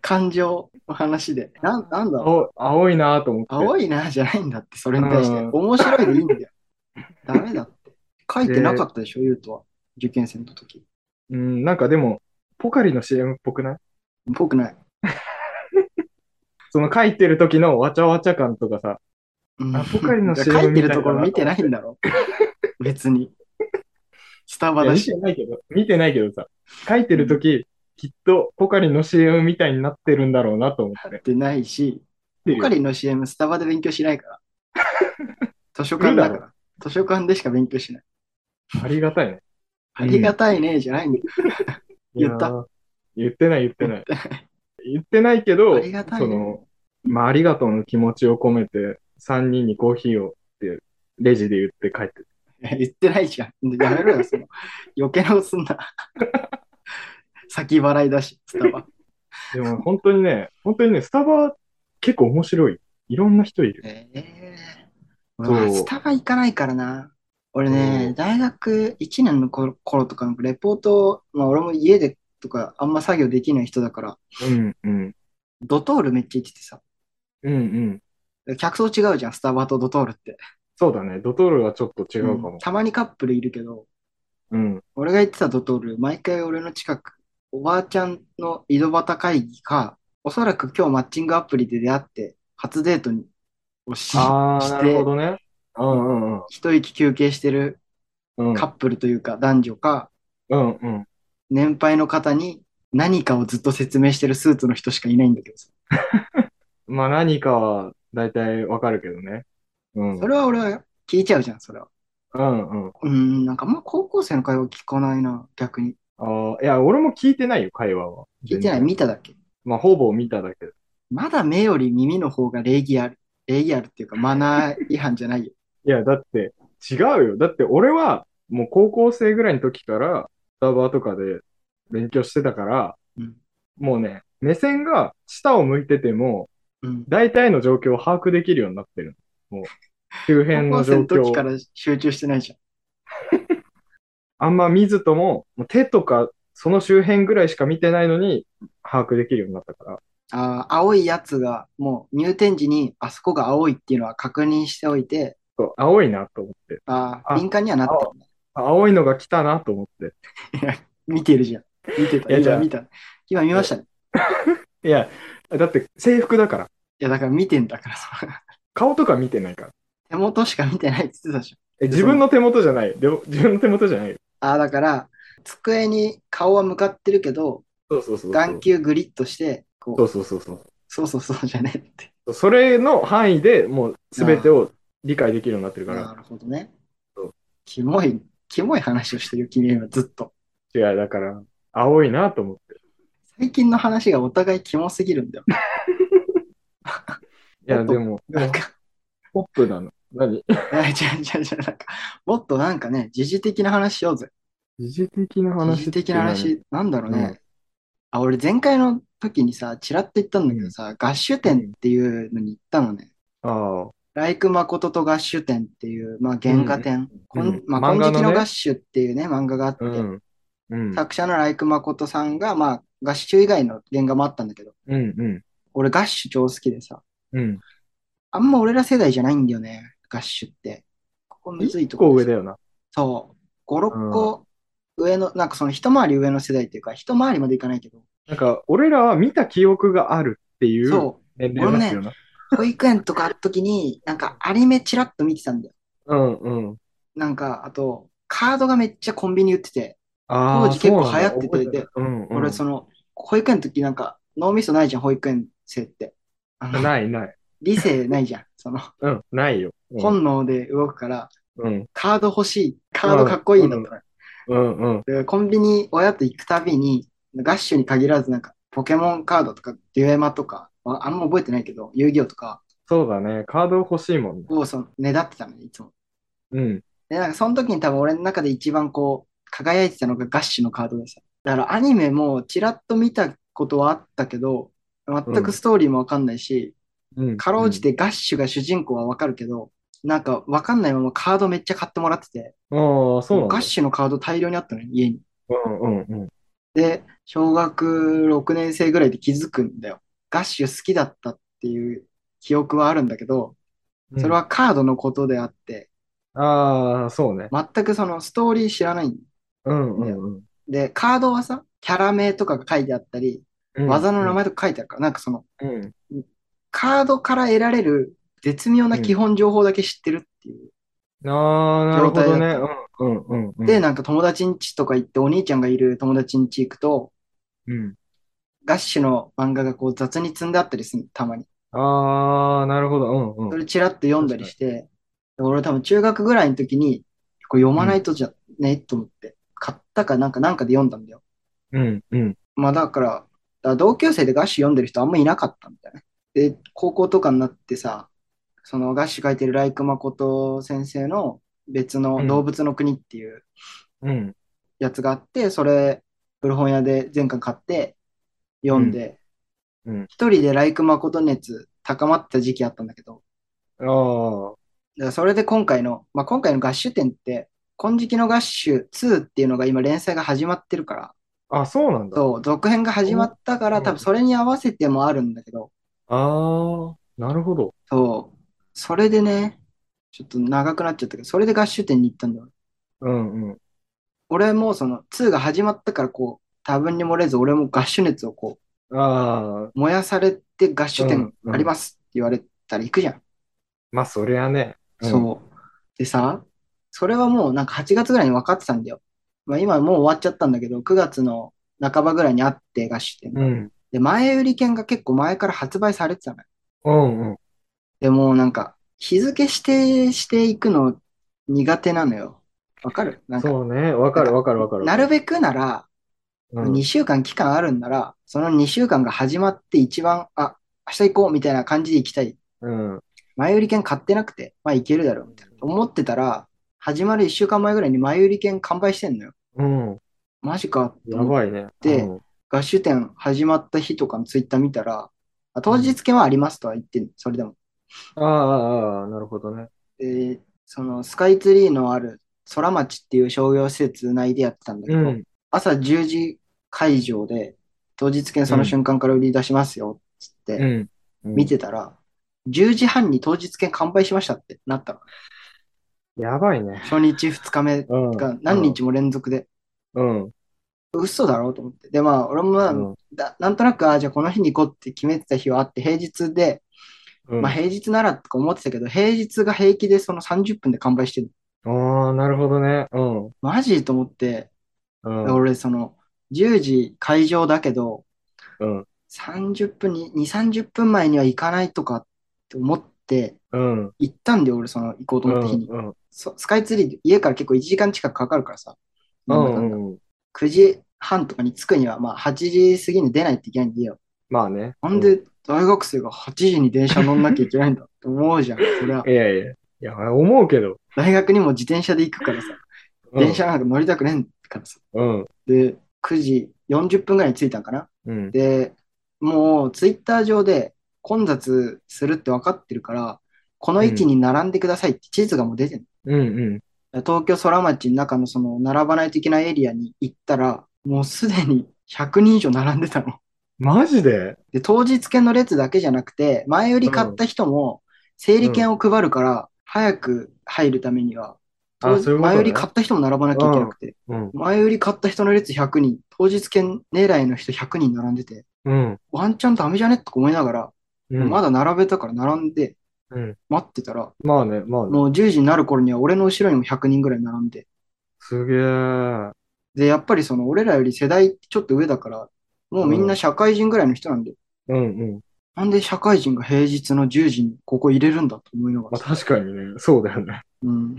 [SPEAKER 2] 感情の話で。なん、なんだろう。
[SPEAKER 3] 青青いなと思って。
[SPEAKER 2] 青いなじゃないんだって、それに対して。
[SPEAKER 3] うん
[SPEAKER 2] 面白いでいいんだ よ。ダメだって。書いてなかったでしょ、ゆうとは。受験生の時。
[SPEAKER 3] うん、なんかでも、ポカリの CM っぽくない
[SPEAKER 2] ぽくない。
[SPEAKER 3] その書いてる時のわちゃわちゃ感とかさ、
[SPEAKER 2] うん
[SPEAKER 3] あポカリの
[SPEAKER 2] いや
[SPEAKER 3] CM
[SPEAKER 2] 書いてるところ見てないんだろ。別に。スタバ
[SPEAKER 3] いや
[SPEAKER 2] だ
[SPEAKER 3] 見
[SPEAKER 2] し。
[SPEAKER 3] てないけど、見てないけどさ、書いてる時、きっとポカリの CM みたいになってるんだろうなと思って。
[SPEAKER 2] ってないし、
[SPEAKER 3] ポ
[SPEAKER 2] ポカリの CM スタバで勉強しない から。図書館だか
[SPEAKER 3] いるだ
[SPEAKER 2] ら。図書館でしか勉強しない。
[SPEAKER 3] ありがたいね。
[SPEAKER 2] ありがたいね、じゃないんだよ。言った
[SPEAKER 3] いやー言ってない言ってない。言ってないけど、
[SPEAKER 2] ありがたいね
[SPEAKER 3] その、まあ、ありがとうの気持ちを込めて、3人にコーヒーをって、レジで言って帰って
[SPEAKER 2] 言ってないじゃん。やめろよ、その。余計なことすん な。先払いだし、スタバ。
[SPEAKER 3] でも本当にね、本当にね、スタバ結構面白い。いろんな人いる。
[SPEAKER 2] ええ
[SPEAKER 3] そう
[SPEAKER 2] 俺はスタバ行かないからな。俺
[SPEAKER 3] う
[SPEAKER 2] ね、
[SPEAKER 3] ん
[SPEAKER 2] 大学1年の頃頃とかのレポート、まあ俺も家でとかあんま作業できない人だから、
[SPEAKER 3] うんうん。
[SPEAKER 2] ドトールめっちゃ行っててさ。
[SPEAKER 3] うんうん。
[SPEAKER 2] 客層違うじゃん、スタバとドトールって。
[SPEAKER 3] そうだね。ドトールはちょっと違うか
[SPEAKER 2] うん
[SPEAKER 3] も。
[SPEAKER 2] たまにカップルいるけど、
[SPEAKER 3] うん。
[SPEAKER 2] 俺が行ってたドトール、毎回俺の近く、おばあちゃんの井戸端会議か、おそらく今日マッチングアプリで出会って、初デートにをし
[SPEAKER 3] ああ、
[SPEAKER 2] し
[SPEAKER 3] な
[SPEAKER 2] て
[SPEAKER 3] るほどね。うんうんうん。
[SPEAKER 2] 一息休憩してる
[SPEAKER 3] うん
[SPEAKER 2] カップルというか、男女か、
[SPEAKER 3] うんうん。
[SPEAKER 2] 年配の方に何かをずっと説明してるスーツの人しかいないんだけどさ。
[SPEAKER 3] まあ何かは大体わかるけどね。うん。
[SPEAKER 2] それは俺は聞いちゃうじゃん、それは。
[SPEAKER 3] うんうん。
[SPEAKER 2] うん、なんかあんま高校生の会話聞かないな、逆に。
[SPEAKER 3] ああ、いや、俺も聞いてないよ、会話は。
[SPEAKER 2] 聞いてない、見ただけ。
[SPEAKER 3] まあ、ほぼ見ただけど。
[SPEAKER 2] まだ目より耳の方が礼儀ある。礼儀あるっていうか、マナー違反じゃないよ。
[SPEAKER 3] いや、だって、違うよ。だって、俺は、もう高校生ぐらいの時から、スタバとかで勉強してたから、
[SPEAKER 2] うん。
[SPEAKER 3] もうね、目線が下を向いてても、
[SPEAKER 2] うん。
[SPEAKER 3] 大体の状況を把握できるようになってるの。もう、周辺
[SPEAKER 2] 高
[SPEAKER 3] の
[SPEAKER 2] 校
[SPEAKER 3] 状
[SPEAKER 2] 生の時か
[SPEAKER 3] 況。
[SPEAKER 2] ら集中してないじゃん。
[SPEAKER 3] あんま見ずとも、もう手とか、その周辺ぐらいしか見てないのに、把握できるようになったから。
[SPEAKER 2] あー青いやつが、もう入店時にあそこが青いっていうのは確認しておいて、
[SPEAKER 3] そう青いなと思って。
[SPEAKER 2] あー
[SPEAKER 3] あ
[SPEAKER 2] 敏感にはなった、ね。
[SPEAKER 3] 青いのが来たなと思って。
[SPEAKER 2] 見てるじゃん。見てた。
[SPEAKER 3] いやじゃ
[SPEAKER 2] 今
[SPEAKER 3] あ
[SPEAKER 2] 見た。今見ましたね。
[SPEAKER 3] いや、だって制服だから。
[SPEAKER 2] いや、だから見てんだからさ。
[SPEAKER 3] 顔とか見てないから。
[SPEAKER 2] 手元しか見てないって言ってたじ
[SPEAKER 3] え自分の手元じゃない。でも自分の手元じゃないよ。
[SPEAKER 2] ゃん。ああ、だから、机に顔は向かってるけど、
[SPEAKER 3] そうそうそうそう。
[SPEAKER 2] 眼球グリッとして、こ
[SPEAKER 3] そう
[SPEAKER 2] う、
[SPEAKER 3] そうそうそう。
[SPEAKER 2] そうそうそうじゃねえって。
[SPEAKER 3] それの範囲でもう全てを理解できるようになってるから。
[SPEAKER 2] なるほどね
[SPEAKER 3] そう。
[SPEAKER 2] キモい、キモい話をしてるよ、君は今ずっと。
[SPEAKER 3] 違う、だから、青いなと思って。
[SPEAKER 2] 最近の話がお互いキモすぎるんだよ。
[SPEAKER 3] いや、
[SPEAKER 2] もっと
[SPEAKER 3] でも、で
[SPEAKER 2] なん
[SPEAKER 3] も、
[SPEAKER 2] か、
[SPEAKER 3] ポップなの。何
[SPEAKER 2] あじゃあじゃあじゃあなんか、もっとなんかね、時事的な話しようぜ。
[SPEAKER 3] 時事的な話。
[SPEAKER 2] 時事的な。話、なんだろうね。
[SPEAKER 3] うん
[SPEAKER 2] あ、俺前回の時にさ、ちらっと言ったんだけどさ、合手展っていうのに行ったのね。
[SPEAKER 3] ああ。
[SPEAKER 2] ライク誠と合手展っていう、まあ、原画展。こん
[SPEAKER 3] うん
[SPEAKER 2] まあ、
[SPEAKER 3] 漫
[SPEAKER 2] 金
[SPEAKER 3] 画のね
[SPEAKER 2] 色の合手っていうね、漫画があって、
[SPEAKER 3] うん。うん。
[SPEAKER 2] 作者のライク誠さんが、まあ、合手以外の原画もあったんだけど、
[SPEAKER 3] うんうん。
[SPEAKER 2] 俺合手超好きでさ、
[SPEAKER 3] うん。
[SPEAKER 2] あんま俺ら世代じゃないんだよね、合手って。ここむずい
[SPEAKER 3] 一
[SPEAKER 2] とこ
[SPEAKER 3] 個
[SPEAKER 2] ろ
[SPEAKER 3] 上だよな。
[SPEAKER 2] そう。5、6個上の、なんかその一回り上の世代っていうか、一回りまでいかないけど、
[SPEAKER 3] なんか、俺らは見た記憶があるっていう
[SPEAKER 2] そ
[SPEAKER 3] 年齢なんですよな。
[SPEAKER 2] う。保育園とかあった時に、なんかアニメチラッと見てたんだよ。
[SPEAKER 3] うんうん。
[SPEAKER 2] なんか、あと、カードがめっちゃコンビニ売ってて、
[SPEAKER 3] ああ、
[SPEAKER 2] 当時結構
[SPEAKER 3] そうなん
[SPEAKER 2] 流
[SPEAKER 3] だ
[SPEAKER 2] 行ってて
[SPEAKER 3] 覚えないうんうん。
[SPEAKER 2] 俺その、保育園の時なんか、脳みそないじゃん、保育園生って。あの
[SPEAKER 3] ないない。
[SPEAKER 2] 理性ないじゃん。その、
[SPEAKER 3] うん、ないよ。うん
[SPEAKER 2] 本能で動くから、
[SPEAKER 3] うん。
[SPEAKER 2] カード欲しい、カードかっこいいだったの
[SPEAKER 3] うんうん。
[SPEAKER 2] でコンビニ親と行くたびに、ガッシュに限らず、なんか、ポケモンカードとか、デュエマとか、ああんま覚えてないけど、遊戯王とか
[SPEAKER 3] そうだね。カード欲しいもんね。
[SPEAKER 2] をそのねだってたのね、いつも。
[SPEAKER 3] うん。
[SPEAKER 2] で、なんか、その時に多分俺の中で一番こう、輝いてたのがガッシュのカードでした。だから、アニメもちらっと見たことはあったけど、全くストーリーもわかんないし、
[SPEAKER 3] うん。
[SPEAKER 2] かろうじてガッシュが主人公はわかるけど、なんかわかんないままカードめっちゃ買ってもらってて、
[SPEAKER 3] うん。ああ、そうなんだ
[SPEAKER 2] ガッ。シュのカード大量にあったのよ、家に。
[SPEAKER 3] うんうんうん。
[SPEAKER 2] で、小学6年生ぐらいで気づくんだよ。ガッシュ好きだったっていう記憶はあるんだけど、
[SPEAKER 3] うん
[SPEAKER 2] それ。はカードのことであって、
[SPEAKER 3] ああ、そうね。
[SPEAKER 2] 全くそのストーリー知らないん
[SPEAKER 3] うんうんうん。
[SPEAKER 2] で、カードはさ、キャラ名とかが書いてあったり、
[SPEAKER 3] うん
[SPEAKER 2] 技の名前とか書いてあるから、なんかその、
[SPEAKER 3] うん。
[SPEAKER 2] カードから得られる絶妙な基本情報だけ知ってるっていう。
[SPEAKER 3] ああ、なるほど
[SPEAKER 2] 状態
[SPEAKER 3] ね
[SPEAKER 2] だ。
[SPEAKER 3] うんうんうん。
[SPEAKER 2] で、、なんか友達ん家とか行って、お兄ちゃんがいる友達ん家行くと、
[SPEAKER 3] うん。
[SPEAKER 2] ガッシュの漫画がこう雑に積んであったりする、たまに。
[SPEAKER 3] ああ、なるほど。うん
[SPEAKER 2] そ
[SPEAKER 3] うん。
[SPEAKER 2] れチラッと読んだりして、俺多分中学ぐらいの時に、これ読まないとじゃねと思って、買ったかなんかなんかで読んだんだよ。
[SPEAKER 3] うんうん。
[SPEAKER 2] まあだから、だから同級生でガッシュ読んでる人あんまいなかったんだよね。で、高校とかになってさ、そのガッシュ書いてるライクマコト先生の別の動物の国っていう
[SPEAKER 3] うん。
[SPEAKER 2] やつがあって、それ、古本屋で全巻買って読んで、
[SPEAKER 3] うんうん
[SPEAKER 2] 一人でライクマコト熱高まってた時期あったんだけど、
[SPEAKER 3] ああ、
[SPEAKER 2] だからそれで今回の、まあ、今回の合ッシュ展って、金色の合ッシュ2っていうのが今連載が始まってるから、
[SPEAKER 3] あ、そうなんだ。あ
[SPEAKER 2] そう、続編が始まったから、
[SPEAKER 3] うん
[SPEAKER 2] 多分それに合わせてもあるんだけど、
[SPEAKER 3] あ、なるほど。
[SPEAKER 2] そう、それでね、ちょっと長くなっちゃったけど、それで合ッシュ展に行ったんだよ。
[SPEAKER 3] うんうん。
[SPEAKER 2] 俺もその2が始まったから、こう、多分に漏れず、俺も合ッシュ熱をこ
[SPEAKER 3] ああ、
[SPEAKER 2] う、燃やされて合ッシュ展
[SPEAKER 3] うんうん
[SPEAKER 2] ありますって言われたら行くじゃん。
[SPEAKER 3] まあ、そりゃね。うん
[SPEAKER 2] そう。でさ、それはもうなんか8月ぐらいに分かってたんだよ。まあ、今もう終わっちゃったんだけど、9月の半ばぐらいにあって合宿
[SPEAKER 3] う
[SPEAKER 2] 店。
[SPEAKER 3] ん。
[SPEAKER 2] で、前売り券が結構前から発売されてたのよ。
[SPEAKER 3] うんうん。
[SPEAKER 2] でもうなんか、日付指定していくの苦手なのよ。わかるなんか
[SPEAKER 3] そうね。わかるわかるわかる。
[SPEAKER 2] なるべくなら、
[SPEAKER 3] うん
[SPEAKER 2] 2週間期間あるんなら、その2週間が始まって一番、あ、明日行こうみたいな感じで行きたい。
[SPEAKER 3] うん。
[SPEAKER 2] 前売り券買ってなくて、まあ行けるだろうみたいな。思ってたら、始まる1週間前ぐらいに前売り券完売してんのよ。
[SPEAKER 3] うん。
[SPEAKER 2] マジかって
[SPEAKER 3] や
[SPEAKER 2] 思って
[SPEAKER 3] ばいね。
[SPEAKER 2] で
[SPEAKER 3] うん
[SPEAKER 2] 合手展始まった日とかのツイッター見たら、あ当日券はありますとは言ってんそれでも。
[SPEAKER 3] ああああ、ああなるほどね。
[SPEAKER 2] で、そのスカイツリーのある空町っていう商業施設内でやってたんだけ
[SPEAKER 3] う
[SPEAKER 2] ど、
[SPEAKER 3] ん。
[SPEAKER 2] 朝10時会場で、当日券その瞬間から売り出しますよっつって、
[SPEAKER 3] うん。
[SPEAKER 2] 見てたら、10時半に当日券完売しましたってなったの。
[SPEAKER 3] やばいね。
[SPEAKER 2] 初日2日目
[SPEAKER 3] うん。
[SPEAKER 2] が何日も連続で。
[SPEAKER 3] うん。
[SPEAKER 2] 嘘だろうと思って。で、まあ、俺もまあ
[SPEAKER 3] うん
[SPEAKER 2] だなんとなく、あじゃあこの日に行こうって決めてた日はあって、平日で、
[SPEAKER 3] うん。
[SPEAKER 2] まあ
[SPEAKER 3] あ
[SPEAKER 2] 平日ならとか思ってたけど、平日が平気でその30分で完売してる。
[SPEAKER 3] あ、なるほどね。うん。
[SPEAKER 2] マジと思って、
[SPEAKER 3] うん。
[SPEAKER 2] 俺その10時会場だけど、
[SPEAKER 3] うん。
[SPEAKER 2] 30分に、2、30分前には行かないとかって思って、
[SPEAKER 3] うん。
[SPEAKER 2] 行ったんで俺その行こうと
[SPEAKER 3] う
[SPEAKER 2] 思った日に。
[SPEAKER 3] ん。
[SPEAKER 2] そスカイツリー、家から結構1時間近くかかるからさ。
[SPEAKER 3] うん。うん。
[SPEAKER 2] 9時半とかに着くには、まあ8時過ぎに出ないといけないんでよ。
[SPEAKER 3] まあね。
[SPEAKER 2] なんで大学生が8時に電車乗んなきゃいけないんだって思う じゃん。そりゃ
[SPEAKER 3] うん、いやいや。いや、思うけど。
[SPEAKER 2] 大学にも自転車で行くからさ。
[SPEAKER 3] うん
[SPEAKER 2] 電車なんか乗りたくねえからさ。
[SPEAKER 3] うん。
[SPEAKER 2] で、9時40分ぐらいに着いたんかな。
[SPEAKER 3] うん。
[SPEAKER 2] で、もうツイッター上で混雑するって分かってるから、この位置に並んでくださいって地図がもう出てる。
[SPEAKER 3] うん。うん。
[SPEAKER 2] 東京空町の中のその並ばないといけないエリアに行ったら、もうすでに100人以上並んでたの。
[SPEAKER 3] マジで
[SPEAKER 2] で、当日券の列だけじゃなくて、前売り買った人も整理券を配るから、早く入るためには、
[SPEAKER 3] あ
[SPEAKER 2] 当日
[SPEAKER 3] そういうことね
[SPEAKER 2] 前売り買った人も並ばなきゃいけなくて。
[SPEAKER 3] うん。
[SPEAKER 2] 前売り買った人の列100人、当日券狙いの人100人並んでて、
[SPEAKER 3] うん。
[SPEAKER 2] ワンチャンダメじゃねとか思いながら、
[SPEAKER 3] うん。
[SPEAKER 2] まだ並べたから並んで、
[SPEAKER 3] うん。
[SPEAKER 2] 待ってたら、
[SPEAKER 3] まあね、まあね。
[SPEAKER 2] もう10時になる頃には俺の後ろにも100人ぐらい並んで、
[SPEAKER 3] すげえ。
[SPEAKER 2] で、やっぱりその俺らより世代ってちょっと上だから、もうみんな社会人ぐらいの人なんで、
[SPEAKER 3] うんうん。
[SPEAKER 2] なんで社会人が平日の10時にここ入れるんだと思いなが
[SPEAKER 3] まあ
[SPEAKER 2] ら、
[SPEAKER 3] 確かにね、そうだよね。
[SPEAKER 2] うん、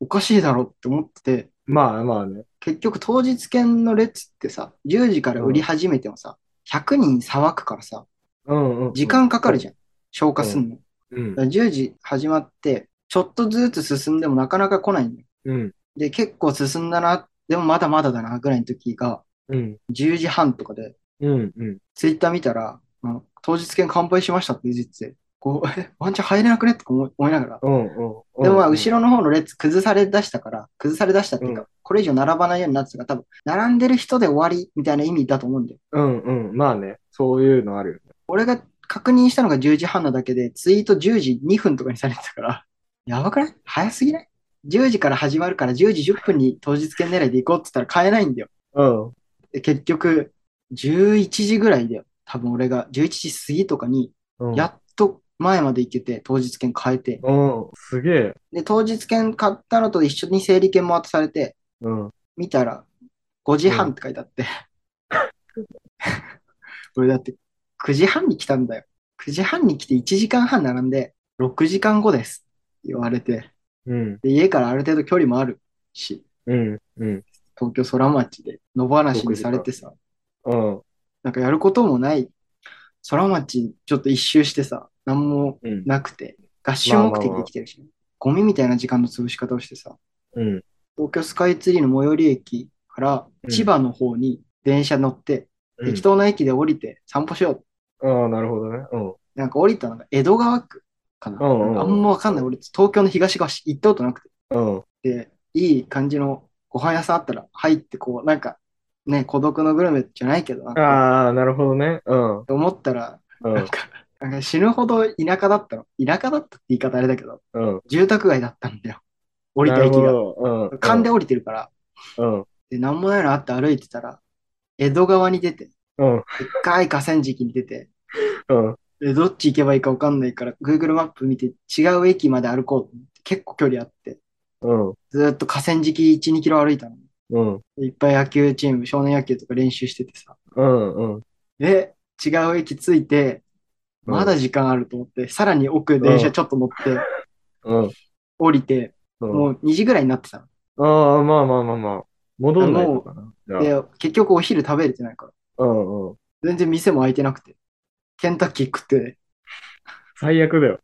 [SPEAKER 2] おかしいだろって思ってて、
[SPEAKER 3] まあまあね。
[SPEAKER 2] 結局当日券の列ってさ、10時から売り始めてもさ、100人騒くからさ、
[SPEAKER 3] うんうん。
[SPEAKER 2] 時間かかるじゃん。消化すんの。
[SPEAKER 3] うん
[SPEAKER 2] だから10時始まって、ちょっとずつ進んでもなかなか来ないんだよ。
[SPEAKER 3] うん。
[SPEAKER 2] で、結構進んだな、でもまだまだだな、ぐらいの時が、
[SPEAKER 3] うん。
[SPEAKER 2] 10時半とかで、
[SPEAKER 3] うん。うん。
[SPEAKER 2] ツイッター見たら、あの当日券完売しましたって出てて、こう、え、ワンチャン入れなくねって思い思いながら。
[SPEAKER 3] うん。うん。
[SPEAKER 2] でもまあ、
[SPEAKER 3] ろ。
[SPEAKER 2] 後ろの方の列崩され出したから、崩され出したっていう
[SPEAKER 3] う
[SPEAKER 2] か、これ以上並ばないようになってたから、多分、並んでる人で終わりみたいな意味だと思うんだよ。
[SPEAKER 3] うんうん。まあね、そういうのあるよね。
[SPEAKER 2] 俺が確認したのが10時半なだけで、ツイート10時2分とかにされてたから、やばくない早すぎない ?10 時から始まるから10時10分に当日券狙いで行こうって言ったら買えないんだよ。
[SPEAKER 3] うん。
[SPEAKER 2] で結局、11時ぐらいだよ。多分俺が11時過ぎとかに、
[SPEAKER 3] うん、
[SPEAKER 2] やっと前まで行けて、当日券買えて。
[SPEAKER 3] うん。すげえ。
[SPEAKER 2] で、当日券買ったのと一緒に整理券も渡されて、
[SPEAKER 3] うん。
[SPEAKER 2] 見たら5時半って書いてあって。 俺だって9時半に来たんだよ。9時半に来て1時間半並んで、6時間後です。言われて。
[SPEAKER 3] うん。
[SPEAKER 2] で、家からある程度距離もあるし、
[SPEAKER 3] うん。うん。
[SPEAKER 2] 東京空町で野放しにされてさ、
[SPEAKER 3] うん。
[SPEAKER 2] なんかやることもない。空町ちょっと一周してさ、なんも
[SPEAKER 3] うん。
[SPEAKER 2] なくて、合宿目的で来てるし、ゴミみたいな時間の潰し方をしてさ、
[SPEAKER 3] うん。
[SPEAKER 2] 東京スカイツリーの最寄り駅から
[SPEAKER 3] うん
[SPEAKER 2] 千葉の方に電車乗って、適当な駅で降りて散歩しよう。
[SPEAKER 3] ああ、なるほどね。うん。
[SPEAKER 2] なんか降りたのが江戸川区かな。
[SPEAKER 3] うんうんうん
[SPEAKER 2] あんまわかんない。俺、東京の東側行ったことなくて。
[SPEAKER 3] うん。
[SPEAKER 2] で、いい感じのご飯屋さんあったら入って、こう、なんか、ね、孤独のグルメじゃないけどな。
[SPEAKER 3] ああ、なるほどね。うん。
[SPEAKER 2] と思ったら、
[SPEAKER 3] う
[SPEAKER 2] なん
[SPEAKER 3] ん。
[SPEAKER 2] か、なんか死ぬほど田舎だったの。田舎だったって言い方あれだけど、
[SPEAKER 3] うん。
[SPEAKER 2] 住宅街だったんだよ。降り
[SPEAKER 3] な
[SPEAKER 2] た
[SPEAKER 3] る
[SPEAKER 2] 駅
[SPEAKER 3] ほ
[SPEAKER 2] が。
[SPEAKER 3] ど。うん。
[SPEAKER 2] 勘で降りてるから。
[SPEAKER 3] うん。
[SPEAKER 2] で、なんもないのあって歩いてたら、江戸川に出て、
[SPEAKER 3] うん。
[SPEAKER 2] でっかい河川敷に出て、
[SPEAKER 3] うん。
[SPEAKER 2] でどっち行けばいいか分かんないから、Google マップ見て違う駅まで歩こうと思って、結構距離あって、
[SPEAKER 3] うん。
[SPEAKER 2] ずーっと河川敷1、2キロ歩いたの。
[SPEAKER 3] うん。
[SPEAKER 2] いっぱい野球チーム、少年野球とか練習しててさ。
[SPEAKER 3] うん。うん。
[SPEAKER 2] で、違う駅着いて、まだ時間あると思って、さらに奥電車ちょっと乗って、
[SPEAKER 3] うん。
[SPEAKER 2] 降りて、
[SPEAKER 3] うん、
[SPEAKER 2] もう2時ぐらいになってた
[SPEAKER 3] ああ、まあまあまあまあ。戻んないのかな。じゃ
[SPEAKER 2] の。
[SPEAKER 3] あ
[SPEAKER 2] で、結局お昼食べれてないから。
[SPEAKER 3] うんうん。
[SPEAKER 2] 全然店も開いてなくて。ケンタッキー食って、
[SPEAKER 3] 最悪だよ。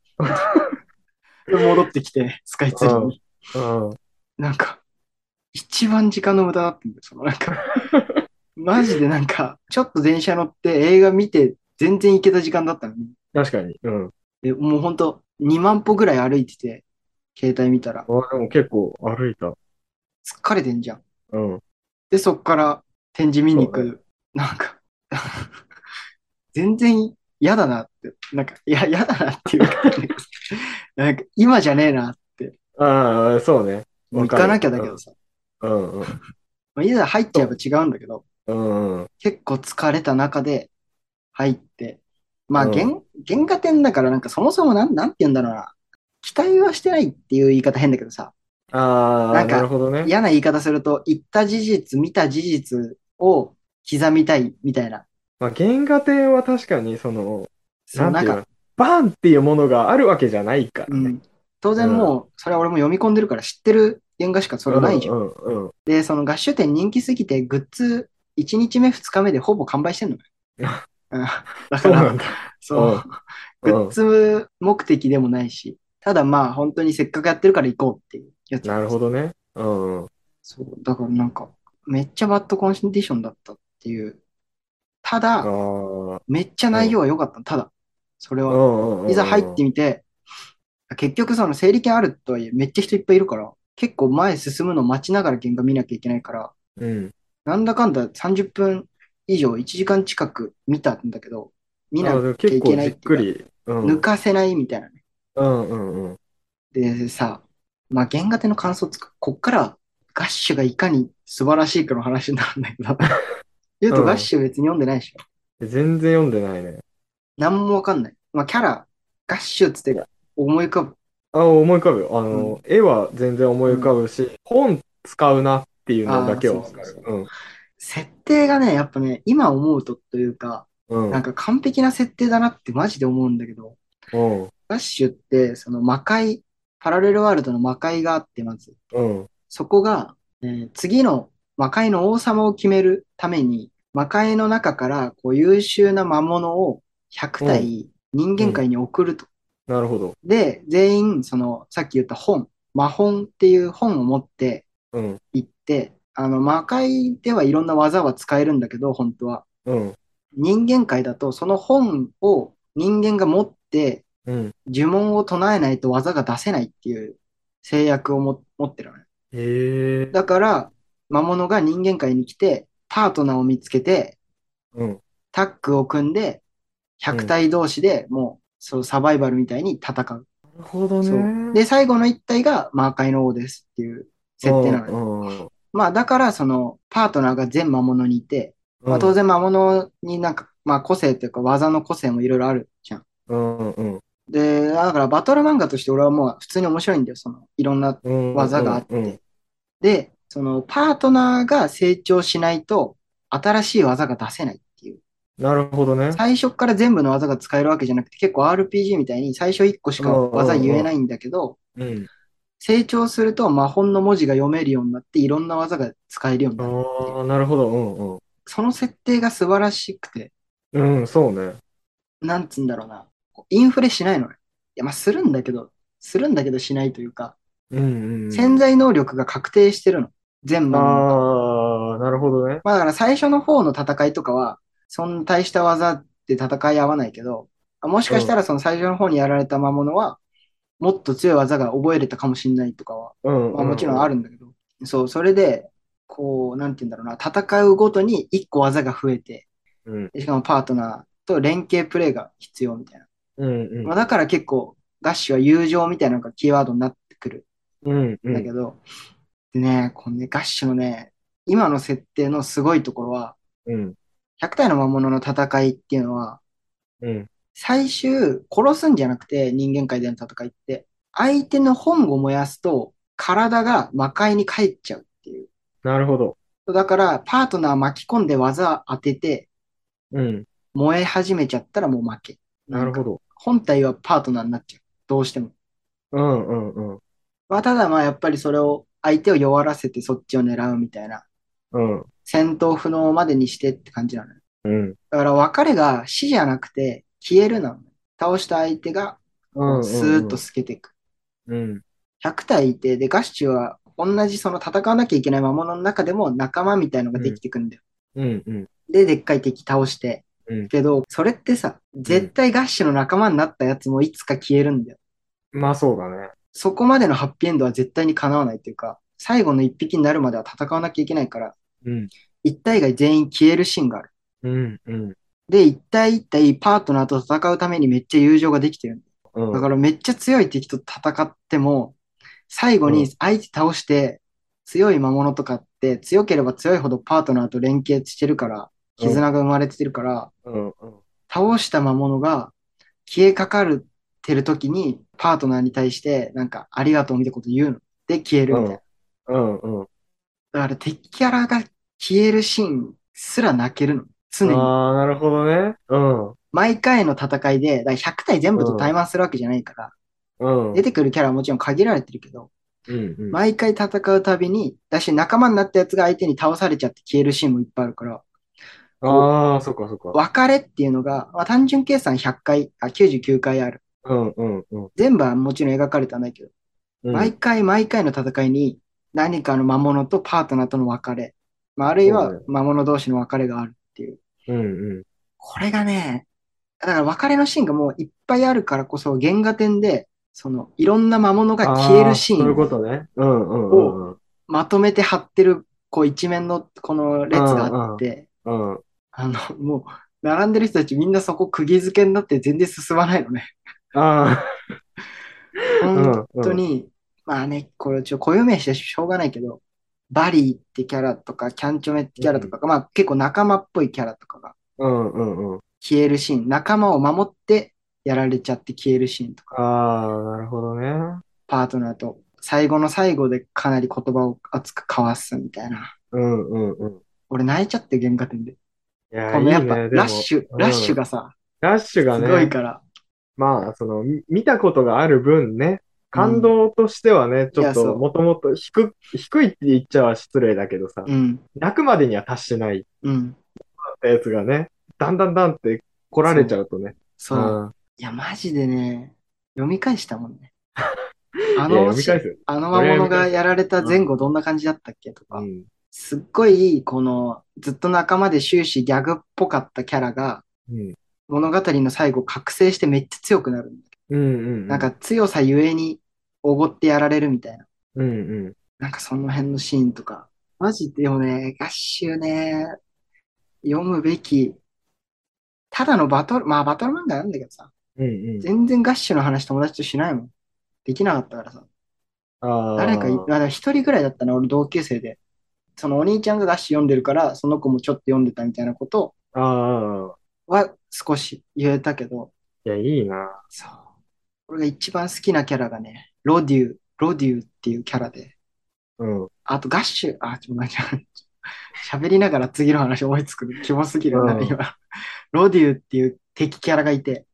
[SPEAKER 2] で戻ってきて、スカイツリーに。
[SPEAKER 3] うん。
[SPEAKER 2] なんか、一番時間の無駄だったんだよ、そのなん か。マジでなんか、ちょっと電車乗って映画見て、全然行けた時間だったのに。
[SPEAKER 3] 確かに。うん。
[SPEAKER 2] でもうほんと、2万歩ぐらい歩いてて、携帯見たら、
[SPEAKER 3] あでも結構歩いた。
[SPEAKER 2] 疲れてんじゃん。
[SPEAKER 3] うん。
[SPEAKER 2] で、そっから展示見に行
[SPEAKER 3] そう
[SPEAKER 2] く。なんか、全然嫌だなって。なんか、いや、嫌だなっていうか、なんか、今じゃねえな。
[SPEAKER 3] ああ、そうね。
[SPEAKER 2] もう
[SPEAKER 3] わ
[SPEAKER 2] 行
[SPEAKER 3] かる
[SPEAKER 2] かなきゃだけどさ。
[SPEAKER 3] うんうん。
[SPEAKER 2] まあ、いざ入っちゃえば違うんだけど、
[SPEAKER 3] うんうん。
[SPEAKER 2] 結構疲れた中で入って、まあ、
[SPEAKER 3] うん
[SPEAKER 2] 原原価点だから、なんかそもそもなん、なんて言うんだろうな。期待はしてないっていう言い方変だけどさ、
[SPEAKER 3] あ
[SPEAKER 2] な
[SPEAKER 3] あ、
[SPEAKER 2] んか
[SPEAKER 3] なるほどね。
[SPEAKER 2] 嫌な言い方すると、言った事実、見た事実を刻みたいみたいな。
[SPEAKER 3] まあ、原画展は確かに、その、
[SPEAKER 2] そうなん
[SPEAKER 3] な
[SPEAKER 2] ん
[SPEAKER 3] ていう
[SPEAKER 2] か
[SPEAKER 3] の、バーンっていうものがあるわけじゃないから
[SPEAKER 2] う
[SPEAKER 3] ね。
[SPEAKER 2] ん、当然もう、それは俺も読み込んでるから知ってる原画しかそれないじゃん。
[SPEAKER 3] うんうんうん。
[SPEAKER 2] で、その合衆店人気すぎて、グッズ1日目、2日目でほぼ完売してんのよ。うんだか
[SPEAKER 3] そうなん
[SPEAKER 2] ら、
[SPEAKER 3] だ。
[SPEAKER 2] そう。
[SPEAKER 3] う
[SPEAKER 2] グ
[SPEAKER 3] ん
[SPEAKER 2] ッズ目的でもないし、ただまあ本当にせっかくやってるから行こうっていうやつ。
[SPEAKER 3] なるほどね。うんうん。
[SPEAKER 2] そう、だからなんか、めっちゃバッドコンディションだったっていう。た
[SPEAKER 3] あ
[SPEAKER 2] だ、
[SPEAKER 3] ー
[SPEAKER 2] めっちゃ内容は良かったのただ、それ
[SPEAKER 3] う
[SPEAKER 2] は。
[SPEAKER 3] んうんうん。
[SPEAKER 2] いざ入ってみて、結局その整理券あるとはいえ、めっちゃ人いっぱいいるから、結構前進むの待ちながら原画見なきゃいけないから、
[SPEAKER 3] うん。
[SPEAKER 2] なんだかんだ30分以上、1時間近く見たんだけど、見な
[SPEAKER 3] あ
[SPEAKER 2] き
[SPEAKER 3] で
[SPEAKER 2] ゃ
[SPEAKER 3] も結
[SPEAKER 2] い
[SPEAKER 3] 構
[SPEAKER 2] け
[SPEAKER 3] じ
[SPEAKER 2] ない
[SPEAKER 3] って
[SPEAKER 2] い
[SPEAKER 3] く
[SPEAKER 2] うか
[SPEAKER 3] り。うん。
[SPEAKER 2] 抜かせないみたいなね。
[SPEAKER 3] うんうんうん。
[SPEAKER 2] でさ、まあ、原画展の感想つか、こっからガッシュがいかに素晴らしいかの話になるんだけ ど、言う
[SPEAKER 3] う
[SPEAKER 2] と
[SPEAKER 3] ん
[SPEAKER 2] ガッシュ別に読んでないでしょ。
[SPEAKER 3] 全然読んでないね。
[SPEAKER 2] 何もわかんない。まあ、キャラ、ガッシュっつって思い浮かぶ。
[SPEAKER 3] あ、思い浮かぶよ。あの、絵は全然思い浮かぶし、本使うなっていうのだけはわか
[SPEAKER 2] あー
[SPEAKER 3] る
[SPEAKER 2] そ。う
[SPEAKER 3] うん。
[SPEAKER 2] 設定がね、やっぱね、今思うとというか、
[SPEAKER 3] うん。
[SPEAKER 2] なんか完璧な設定だなってマジで思うんだけど、
[SPEAKER 3] うん。
[SPEAKER 2] ガッシュってその魔界、パラレルワールドの魔界があって、まず、
[SPEAKER 3] うん。
[SPEAKER 2] そこが、えー次の魔界の王様を決めるために、魔界の中からこう優秀な魔物を100体人間界に送ると。
[SPEAKER 3] なるほど。
[SPEAKER 2] で、全員、その、さっき言った本、魔本っていう本を持って
[SPEAKER 3] うん。
[SPEAKER 2] 行って、あの、魔界ではいろんな技は使えるんだけど、本当は。
[SPEAKER 3] うん。
[SPEAKER 2] 人間界だと、その本を人間が持って、
[SPEAKER 3] うん。
[SPEAKER 2] 呪文を唱えないと技が出せないっていう制約をも持ってるのね。
[SPEAKER 3] へえ。
[SPEAKER 2] だから、魔物が人間界に来て、パートナーを見つけて、
[SPEAKER 3] うん。
[SPEAKER 2] タッグを組んで、100体同士でもう、そう、サバイバルみたいに戦う。
[SPEAKER 3] なるほどね。
[SPEAKER 2] そうで、最後の1体が魔界の王ですっていう設定なのね。
[SPEAKER 3] うんうん
[SPEAKER 2] まあ、だから、その、パートナーが全魔物にいて、まあ、当然魔物になんか、まあ、個性というか、技の個性もいろいろあるじゃん。
[SPEAKER 3] うんうん
[SPEAKER 2] で、だから、バトル漫画として俺はもう普通に面白いんだよ。その、いろんな
[SPEAKER 3] うん。
[SPEAKER 2] 技があって。
[SPEAKER 3] うんうん
[SPEAKER 2] で、そのパートナーが成長しないと新しい技が出せないっていう。
[SPEAKER 3] なるほどね。
[SPEAKER 2] 最初から全部の技が使えるわけじゃなくて結構 RPG みたいに最初1個しか技言えないんだけど、
[SPEAKER 3] うん。
[SPEAKER 2] 成長すると魔本の文字が読めるようになっていろんな技が使えるようになる。
[SPEAKER 3] ああ、なるほど。うん
[SPEAKER 2] その設定が素晴らしくて、
[SPEAKER 3] うん。うん、そうね。
[SPEAKER 2] なんつうんだろうな。インフレしないのね。いや、まあするんだけど、するんだけどしないというか、
[SPEAKER 3] うんうん。
[SPEAKER 2] 潜在能力が確定してるの。全魔物
[SPEAKER 3] ああ、なるほどね。
[SPEAKER 2] まあだから最初の方の戦いとかは、そんな大した技で戦い合わないけど、あもしかしたらその最初の方にやられた魔物は、もっと強い技が覚えれたかもしれないとかは、
[SPEAKER 3] うん。
[SPEAKER 2] まあ、もちろんあ
[SPEAKER 3] る。
[SPEAKER 2] るんだけど、そう、それで、こう、なんて言うんだろうな、戦うごとに1個技が増えて、
[SPEAKER 3] うん。
[SPEAKER 2] しかもパートナーと連携プレイが必要みたいな。
[SPEAKER 3] うんうん
[SPEAKER 2] まあ、だから結構、ガッシュは友情みたいなのがキーワードになってくる
[SPEAKER 3] うんうんん。
[SPEAKER 2] だけど、でね、このね、ガッシュのね、今の設定のすごいところは、
[SPEAKER 3] うん。
[SPEAKER 2] 100体の魔物の戦いっていうのは、
[SPEAKER 3] うん。
[SPEAKER 2] 最終、殺すんじゃなくて、人間界での戦いって、相手の本を燃やすと、体が魔界に帰っちゃうっていう。
[SPEAKER 3] なるほど。
[SPEAKER 2] だから、パートナー巻き込んで技当てて、
[SPEAKER 3] うん。
[SPEAKER 2] 燃え始めちゃったらもう負け。
[SPEAKER 3] なるほ
[SPEAKER 2] ど。
[SPEAKER 3] ど。
[SPEAKER 2] 本体はパートナーになっちゃう。どうしても。
[SPEAKER 3] うんうんうん。
[SPEAKER 2] まあ、ただまあやっぱりそれを相手を弱らせてそっちを狙うみたいな
[SPEAKER 3] うん。
[SPEAKER 2] 戦闘不能までにしてって感じなのよ。
[SPEAKER 3] うん。
[SPEAKER 2] だから別れが死じゃなくて消えるなの。倒した相手が
[SPEAKER 3] うんうん
[SPEAKER 2] スーッと透けていく。
[SPEAKER 3] うん。
[SPEAKER 2] 100体いて、で、ガッシュは同じその戦わなきゃいけない魔物の中でも仲間みたいのができてくんだよ。
[SPEAKER 3] うんうん。
[SPEAKER 2] で、でっかい敵倒して。
[SPEAKER 3] うん
[SPEAKER 2] けど、それってさ、絶対ガッシュの仲間になったやつもいつか消えるんだよ。
[SPEAKER 3] まあそうだね。
[SPEAKER 2] そこまでのハッピーエンドは絶対に叶わないっていうか、最後の一匹になるまでは戦わなきゃいけないから、
[SPEAKER 3] うん。
[SPEAKER 2] 一体が全員消えるシーンがある。
[SPEAKER 3] うんうん。
[SPEAKER 2] で、一体一体パートナーと戦うためにめっちゃ友情ができてる。
[SPEAKER 3] うん。
[SPEAKER 2] だからめっちゃ強い敵と戦っても、最後に相手倒して、強い魔物とかって強ければ強いほどパートナーと連携してるから、絆が生まれてるから、
[SPEAKER 3] うんうん。
[SPEAKER 2] 倒した魔物が消えかかるてる時に、パートナーに対して、なんか、ありがとうみたいなこと言うの。で、消えるみたいな。
[SPEAKER 3] うんうん。
[SPEAKER 2] だから敵キャラが消えるシーンすら泣けるの。常に。
[SPEAKER 3] ああ、なるほどね。うん。
[SPEAKER 2] 毎回の戦いで、だから100体全部と対マンするわけじゃないから、
[SPEAKER 3] うん。
[SPEAKER 2] 出てくるキャラはもちろん限られてるけど、
[SPEAKER 3] うんうん。
[SPEAKER 2] 毎回戦うたびに、だし仲間になったやつが相手に倒されちゃって消えるシーンもいっぱいあるから、
[SPEAKER 3] ああ、そっかそっか。
[SPEAKER 2] 別れっていうのが、まあ、単純計算100回、あ、99回ある。
[SPEAKER 3] うんうんうん。
[SPEAKER 2] 全部はもちろん描かれてはないけど、
[SPEAKER 3] うん
[SPEAKER 2] 毎回毎回の戦いに何かの魔物とパートナーとの別れ、まあ、あるい
[SPEAKER 3] そう
[SPEAKER 2] は
[SPEAKER 3] ね
[SPEAKER 2] 魔物同士の別れがあるっていう。
[SPEAKER 3] うんうん。
[SPEAKER 2] これがね、だから別れのシーンがもういっぱいあるからこそ、原画展で、その、いろんな魔物が消えるシ
[SPEAKER 3] あそういう
[SPEAKER 2] ー
[SPEAKER 3] こ
[SPEAKER 2] ン、
[SPEAKER 3] とね。うんうんうんうん。
[SPEAKER 2] まとめて貼ってる、こう一面のこの列があって、
[SPEAKER 3] うん。
[SPEAKER 2] あの、もう、並んでる人たちみんなそこ釘付けになって全然進まないのね。
[SPEAKER 3] ああ、うん
[SPEAKER 2] 本当に、まあね、これちょっと固有名詞でしょうがないけど、バリーってキャラとか、キャンチョメってキャラとかが、まあ結構仲間っぽいキャラとかが
[SPEAKER 3] うんうんうん。
[SPEAKER 2] 消えるシーン、仲間を守ってやられちゃって消えるシーンとか、
[SPEAKER 3] ああ、なるほどね。
[SPEAKER 2] パートナーと最後の最後でかなり言葉を熱く交わすみたいな。
[SPEAKER 3] うんうんうん。
[SPEAKER 2] 俺泣いちゃって原画展で。
[SPEAKER 3] いや
[SPEAKER 2] こ
[SPEAKER 3] ー、い
[SPEAKER 2] の
[SPEAKER 3] いね
[SPEAKER 2] やっぱ、。
[SPEAKER 3] でも
[SPEAKER 2] ラッシュ、
[SPEAKER 3] うん
[SPEAKER 2] ラッシュがさ、
[SPEAKER 3] ラッシュが
[SPEAKER 2] すごい
[SPEAKER 3] ね、
[SPEAKER 2] から。
[SPEAKER 3] まあ、その、み見たことがある分ね、感動としてはね、ちょっ
[SPEAKER 2] いやそ
[SPEAKER 3] と、
[SPEAKER 2] う
[SPEAKER 3] もともと低、低いって言っちゃは失礼だけどさ、
[SPEAKER 2] うん、
[SPEAKER 3] 泣くまでには達してないっ
[SPEAKER 2] うん、
[SPEAKER 3] てやつがね、だんだんだんって来られちゃうとね、
[SPEAKER 2] そう。いや、マジでね、読み返したもんね。 あ
[SPEAKER 3] あの、いや
[SPEAKER 2] の
[SPEAKER 3] 読み、返すよ。
[SPEAKER 2] あの魔物がやられた前後どんな感じだったっけとか
[SPEAKER 3] う、ん。
[SPEAKER 2] すっごい、この、ずっと仲間で終始ギャグっぽかったキャラが、
[SPEAKER 3] うん。
[SPEAKER 2] 物語の最後覚醒してめっちゃ強くなる。
[SPEAKER 3] うんうん。
[SPEAKER 2] なんか、強さゆえにおごってやられるみたいな。
[SPEAKER 3] うんうん。
[SPEAKER 2] なんかその辺のシーンとか。マジでもね、合衆ね、読むべき。ただのバトル、まあバトル漫画なんだけどさ。
[SPEAKER 3] うんうん。
[SPEAKER 2] 全然ガッシュの話友達としないもん。できなかったからさ。
[SPEAKER 3] ああ。
[SPEAKER 2] 誰かい、あ、だから一人ぐらいだったな、俺同級生で。そのお兄ちゃんがガッシュ読んでるから、その子もちょっと読んでたみたいなこと
[SPEAKER 3] ああ。
[SPEAKER 2] は少し言えたけど、
[SPEAKER 3] いや、いいな。
[SPEAKER 2] そう。俺が一番好きなキャラがね、ロデュー、ロデューっていうキャラで。
[SPEAKER 3] うん。
[SPEAKER 2] あとガッシュ、あ、ちょ、待って、 喋りながら次の話思いつくの、キモすぎるな、
[SPEAKER 3] うん
[SPEAKER 2] 今。ロデューっていう敵キャラがいて、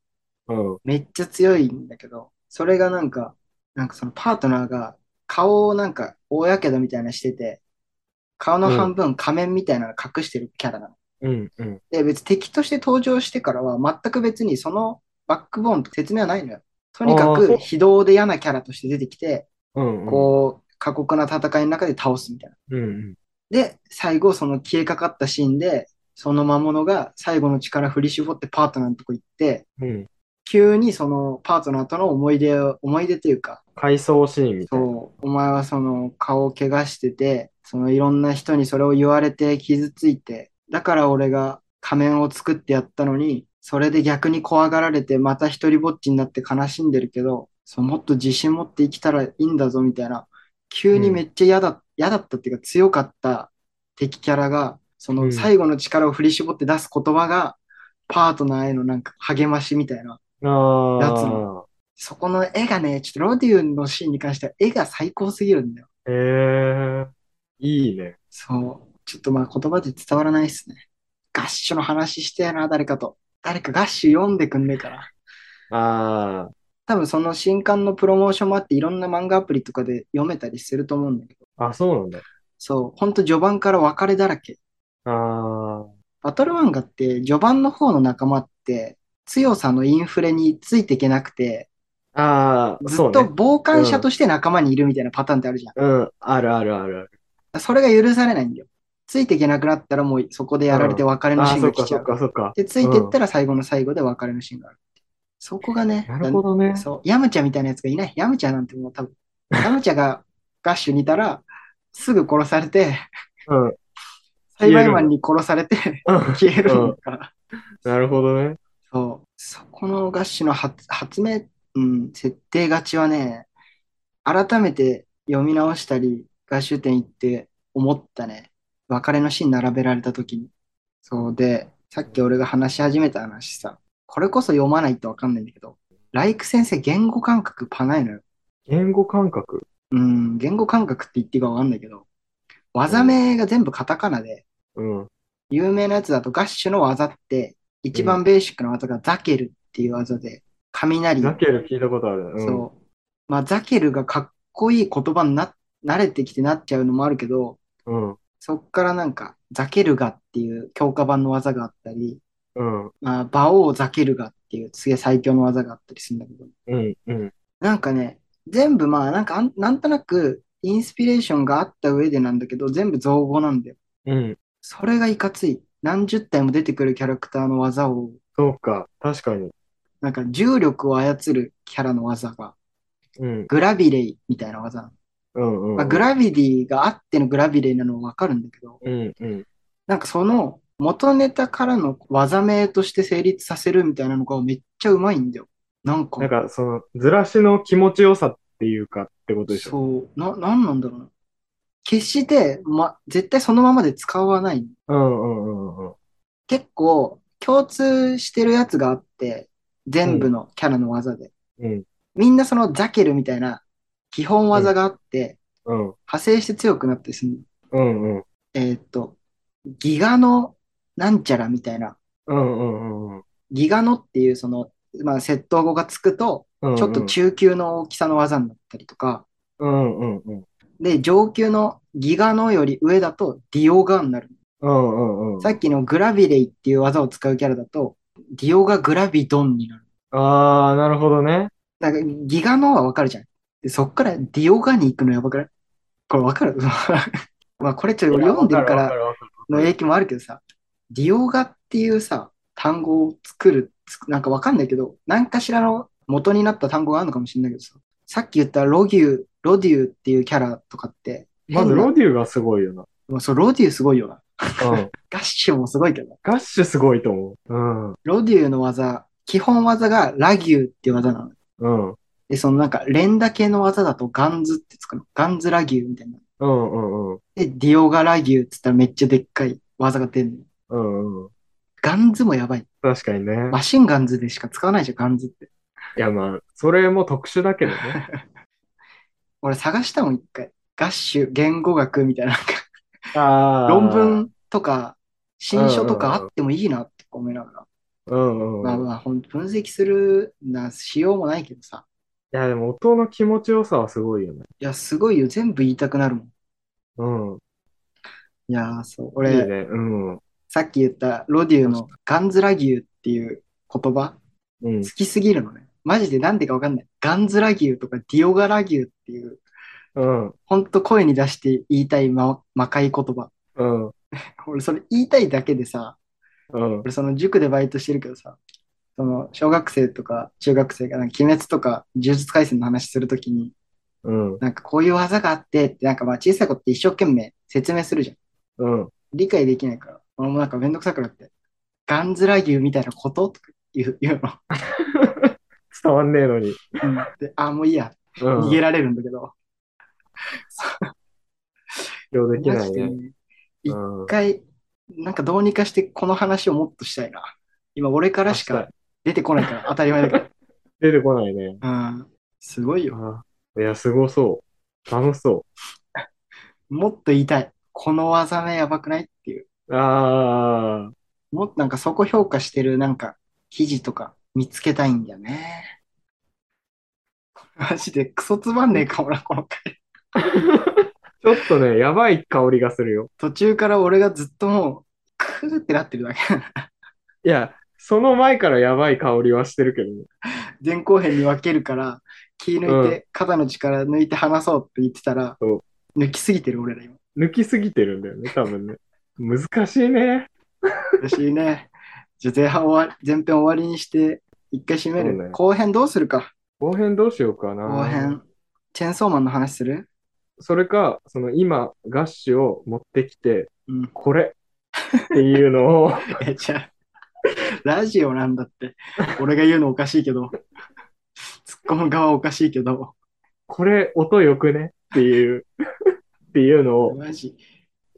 [SPEAKER 3] うん。
[SPEAKER 2] めっちゃ強いんだけど、それがなんか、なんかそのパートナーが顔をなんか大やけどみたいなしてて、顔の半分仮面みたいなの隠してるキャラなの。
[SPEAKER 3] うんうん。
[SPEAKER 2] で、別に敵として登場してからは全く別にそのバックボーンって説明はないのよ。とにか
[SPEAKER 3] あーそ
[SPEAKER 2] く
[SPEAKER 3] う
[SPEAKER 2] 非道で嫌なキャラとして出てきて、
[SPEAKER 3] うんうん。
[SPEAKER 2] こう、過酷な戦いの中で倒すみたいな。
[SPEAKER 3] うんうん。
[SPEAKER 2] で、最後その消えかかったシーンで、その魔物が最後の力振り絞ってパートナーのとこ行って、
[SPEAKER 3] うん。
[SPEAKER 2] 急にそのパートナーとの思い出を、思い出というか、
[SPEAKER 3] 回想シーンみたいな。
[SPEAKER 2] そう、お前はその顔を怪我してて、そのいろんな人にそれを言われて傷ついて、だから俺が仮面を作ってやったのに、それで逆に怖がられてまた一人ぼっちになって悲しんでるけど、そうもっと自信持って生きたらいいんだぞみたいな、急にめっちゃ嫌だ、嫌だったっていうか強かった敵キャラが、そうの
[SPEAKER 3] ん
[SPEAKER 2] 最後の力を振り絞って出す言葉が、パートナーへのなんか励ましみたいな。
[SPEAKER 3] ああ。
[SPEAKER 2] やつのそこの絵がね、ちょっとロデューのシーンに関しては絵が最高すぎるんだよ。
[SPEAKER 3] へえ。いいね。
[SPEAKER 2] そう。ちょっとまあ言葉で伝わらないっすね。ガッシュの話してやな、誰かと。誰かガッシュ読んでくんねえから。
[SPEAKER 3] ああ。
[SPEAKER 2] 多分その新刊のプロモーションもあって、いろんな漫画アプリとかで読めたりしてると思うんだけど、
[SPEAKER 3] あ、そうなんだ。
[SPEAKER 2] そう、ほんと序盤から別れだらけ。
[SPEAKER 3] あ
[SPEAKER 2] バトル漫画って序盤の方の仲間って、強さのインフレについていけなくて、
[SPEAKER 3] あ。ああ、
[SPEAKER 2] ず
[SPEAKER 3] そ
[SPEAKER 2] っ
[SPEAKER 3] う
[SPEAKER 2] と
[SPEAKER 3] ね。
[SPEAKER 2] 傍観者として仲間にいるみたいなパターンってあるじゃん。
[SPEAKER 3] うん、あるあるあるある。
[SPEAKER 2] それが許されないんだよ。ついていけなくなったらもうそこでやられて別れの
[SPEAKER 3] あ
[SPEAKER 2] シ
[SPEAKER 3] あ、
[SPEAKER 2] ーン
[SPEAKER 3] そっ
[SPEAKER 2] が来
[SPEAKER 3] か
[SPEAKER 2] ちゃ
[SPEAKER 3] そっ
[SPEAKER 2] う。
[SPEAKER 3] かそっか。
[SPEAKER 2] で、ついていったら最後の最後で別れのシーンがある。そこがね、
[SPEAKER 3] なるほどね。
[SPEAKER 2] そう、ヤムチャみたいなやつがいない。ヤムチャなんてもう多分、ヤムチャがガッシュにいたら、すぐ殺されて、
[SPEAKER 3] うん。 うん
[SPEAKER 2] 裁判マンに殺されて消えるんだから。
[SPEAKER 3] なるほどね。
[SPEAKER 2] そう、そこのガッシュの発発明、うん、設定勝ちはね、改めて読み直したり、合衆点行って思ったね。別れのシーン並べられた時に。そうで、さっき俺が話し始めた話さ、これこそ読まないとわかんないんだけど、ライク先生言語感覚パないのよ。
[SPEAKER 3] 言語感覚。
[SPEAKER 2] うん、言語感覚って言っていいかわかんないけど、技名が全部カタカナで、
[SPEAKER 3] うん。
[SPEAKER 2] 有名なやつだとガッシュの技って、一番ベーシックな技がザケルっていう技で、雷。
[SPEAKER 3] ザケル聞いたことある。うん。
[SPEAKER 2] そう。まあ、ザケルがかっこいい言葉にな、慣れてきてなっちゃうのもあるけど、
[SPEAKER 3] うん。
[SPEAKER 2] そっからなんか、ザケルガっていう強化版の技があったり、
[SPEAKER 3] うん。
[SPEAKER 2] まあ、馬王ザケルガっていうすげえ最強の技があったりするんだけど、
[SPEAKER 3] うん。うん。
[SPEAKER 2] なんかね、全部まあ、なんかあん、なんとなく、インスピレーションがあった上でなんだけど、全部造語なんだよ。
[SPEAKER 3] うん。
[SPEAKER 2] それがいかつい。何十体も出てくるキャラクターの技を、
[SPEAKER 3] そうか。確かに。
[SPEAKER 2] なんか重力を操るキャラの技が、
[SPEAKER 3] うん。
[SPEAKER 2] グラビレイみたいな技なの
[SPEAKER 3] うん。うん。
[SPEAKER 2] まあ、グラビディがあってのグラビレイなのはわかるんだけど、
[SPEAKER 3] うん。うん。
[SPEAKER 2] なんかその元ネタからの技名として成立させるみたいなのがめっちゃうまいんだよ。なんか、
[SPEAKER 3] なんか、その、ずらしの気持ちよさっていうかってことでしょ。
[SPEAKER 2] そう、な、なんなんだろうな。決して、ま、絶対そのままで使わない。
[SPEAKER 3] うん。うん。うん。うん。
[SPEAKER 2] 結構、共通してるやつがあって、全部のキャラの技で。
[SPEAKER 3] うん。
[SPEAKER 2] みんなそのザケルみたいな基本技があって、
[SPEAKER 3] うん。
[SPEAKER 2] 派生して強くなってすんの
[SPEAKER 3] うん。うん。
[SPEAKER 2] えーっと、ギガのなんちゃらみたいな、
[SPEAKER 3] うんうんうん
[SPEAKER 2] ギガのっていうその、まあ、窃盗語がつくと、
[SPEAKER 3] うん。
[SPEAKER 2] ちょっと中級の大きさの技になったりとか、
[SPEAKER 3] うんうんうん。
[SPEAKER 2] で、上級のギガのより上だとディオガになる。
[SPEAKER 3] うんうんうん。
[SPEAKER 2] さっきのグラビレイっていう技を使うキャラだと、ディオガグラビドンになる。
[SPEAKER 3] ああ、なるほどね。
[SPEAKER 2] なんか、ギガのはわかるじゃん。で、そっからディオガに行くのやばくないこれわかる まあ、これちょっと読んでるから
[SPEAKER 3] わるわかる
[SPEAKER 2] の影響もあるけどさ、ディオガっていうさ、単語を作る、つなんかわかんないけど、何かしらの元になった単語があるのかもしれないけどさ、さっき言ったロギュー、ロデューっていうキャラとかって、
[SPEAKER 3] まず
[SPEAKER 2] 変な
[SPEAKER 3] ロデューがすごいよな。
[SPEAKER 2] まあそうロデューすごいよな。
[SPEAKER 3] うん。
[SPEAKER 2] ガッシュもすごいけどな、
[SPEAKER 3] ガッシュすごいと思う。うん。
[SPEAKER 2] ロデューの技、基本技がラギューっていう技なの。
[SPEAKER 3] うん。
[SPEAKER 2] で、そのなんか連打系の技だとガンズってつくの。ガンズラギューみたいな。
[SPEAKER 3] うんうんうん。
[SPEAKER 2] で、ディオガラギューっつったらめっちゃでっかい技が出るの。
[SPEAKER 3] うんうん。
[SPEAKER 2] ガンズもやばい。
[SPEAKER 3] 確かにね。
[SPEAKER 2] マシンガンズでしか使わないじゃん、ガンズって。
[SPEAKER 3] いやまあ、それも特殊だけ どね。
[SPEAKER 2] 俺探したもん一回。ガッシュ言語学みたいな、なんか
[SPEAKER 3] ああ。
[SPEAKER 2] 論文とか、新書とかあってもいいなって思いながら。
[SPEAKER 3] うん
[SPEAKER 2] まあ
[SPEAKER 3] うんうん。い
[SPEAKER 2] まあ、ほん分析するな、しようもないけどさ。
[SPEAKER 3] やでも音の気持ちよさはすごいよね。
[SPEAKER 2] いや、すごいよ。全部言いたくなるもん。
[SPEAKER 3] うん。
[SPEAKER 2] いやー、そう。
[SPEAKER 3] いい
[SPEAKER 2] 俺、
[SPEAKER 3] ね。うん。
[SPEAKER 2] さっき言ったロデューのガンズラ牛っていう言葉、
[SPEAKER 3] うん
[SPEAKER 2] 好。きすぎるのね。マジでなんでかわかんない。ガンズラ牛とかディオガラ牛っていう、
[SPEAKER 3] うん。
[SPEAKER 2] ほんと声に出して言いたい、ま、魔界言葉。
[SPEAKER 3] うん。
[SPEAKER 2] 俺、それ言いたいだけでさ、
[SPEAKER 3] うん。
[SPEAKER 2] 俺その塾でバイトしてるけどさ、その小学生とか中学生がなんか鬼滅とか呪術廻戦の話するときに、
[SPEAKER 3] うん。
[SPEAKER 2] なんかこういう技があってって、なんかまあ小さい子って一生懸命説明するじゃん。
[SPEAKER 3] うん。
[SPEAKER 2] 理解できないから。俺もなんかめんどくさくなって、ガンズラ牛みたいなこととか言う言うの。
[SPEAKER 3] 伝わんねえのに。
[SPEAKER 2] うんで、あ、もういいや。
[SPEAKER 3] うん。
[SPEAKER 2] 逃げられるんだけど。
[SPEAKER 3] 利用でき
[SPEAKER 2] マ
[SPEAKER 3] ない
[SPEAKER 2] ジで
[SPEAKER 3] ね。
[SPEAKER 2] ね
[SPEAKER 3] う
[SPEAKER 2] 一
[SPEAKER 3] ん。
[SPEAKER 2] 回、なんかどうにかしてこの話をもっとしたいな。今俺からし
[SPEAKER 3] 確
[SPEAKER 2] か出てこないから当たり前だけど。
[SPEAKER 3] 出てこないね。
[SPEAKER 2] うん。すごいよ。
[SPEAKER 3] あいや、すごそう。楽しそ
[SPEAKER 2] もっと言いたい。この技ね、やばくないっていう。
[SPEAKER 3] う。ああ。
[SPEAKER 2] もっとなんかそこ評価してるなんか記事とか見つけたいんだよね。マジでクソつまんねえかもな、この回。
[SPEAKER 3] ちょっとね、やばい香りがするよ。
[SPEAKER 2] 途中から俺がずっともう、クーってなってるだけ。
[SPEAKER 3] いや、その前からやばい香りはしてるけどね。
[SPEAKER 2] 前後編に分けるから、気抜いて、
[SPEAKER 3] う
[SPEAKER 2] 肩の力抜いて話そうって言ってたら
[SPEAKER 3] そ、
[SPEAKER 2] 抜きすぎてる俺ら今。
[SPEAKER 3] 抜きすぎてるんだよね、多分ね。難しいね。
[SPEAKER 2] 嬉しいね。じゃあ前半終わり、前編終わりにして、一回締める。
[SPEAKER 3] そうね
[SPEAKER 2] 後編どうするか。
[SPEAKER 3] 後編どうしようかな。
[SPEAKER 2] 後編。チェーンソーマンの話する
[SPEAKER 3] それか、その今、ガッシュを持ってきて、
[SPEAKER 2] うん。
[SPEAKER 3] これっていうのを、
[SPEAKER 2] え、じゃあ、ラジオなんだって。俺が言うのおかしいけど、突っ込む側おかしいけど、
[SPEAKER 3] これ音良くねっていう、っていうのを、
[SPEAKER 2] マジ。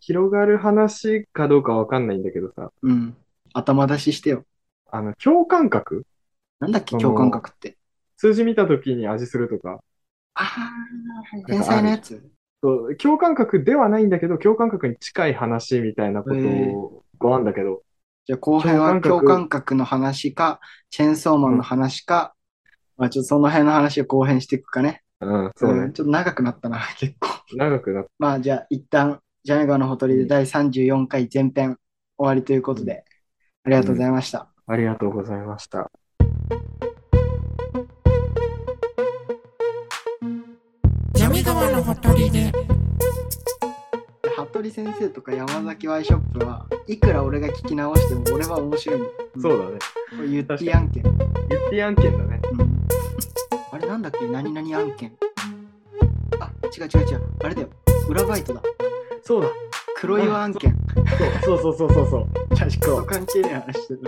[SPEAKER 3] 広がる話かどうかわかんないんだけどさ、
[SPEAKER 2] うん。頭出ししてよ。
[SPEAKER 3] あの、共感覚
[SPEAKER 2] なんだっけ、
[SPEAKER 3] あの
[SPEAKER 2] 共感覚って。
[SPEAKER 3] 数字見た時に味するとか、
[SPEAKER 2] ああ、天才のやつ。
[SPEAKER 3] そう共感覚ではないんだけど、共感覚に近い話みたいなこと
[SPEAKER 2] へえ
[SPEAKER 3] を、ごあんだけど、
[SPEAKER 2] じゃあ後編は共
[SPEAKER 3] 共感覚
[SPEAKER 2] 感覚の話か、チェーンソーマンの話か、まあちょっとその辺の話を後編していくかね。
[SPEAKER 3] うん、そう
[SPEAKER 2] うん
[SPEAKER 3] ね。
[SPEAKER 2] ちょっと長くなったな、結構。
[SPEAKER 3] 長くなっ
[SPEAKER 2] まあじゃあ一旦、ジャネガーのほとりで第34回前編終わりということで、ありがとうございました。
[SPEAKER 3] ありがとうございました。
[SPEAKER 1] 闇川のほとりで
[SPEAKER 2] 服部先生とか山崎ワイショップはいくら俺が聞き直しても俺は面白いの。
[SPEAKER 3] そうだね。
[SPEAKER 2] これ言っていい案件。うん
[SPEAKER 3] 言ってやんけんだね。
[SPEAKER 2] あれなんだっけ何々案件。あ、違う違う違う。あれだよ。裏バイトだ。
[SPEAKER 3] そうだ。
[SPEAKER 2] 黒岩案件。
[SPEAKER 3] そうそうそうそうそうそう。
[SPEAKER 2] 確か関係ない話してる。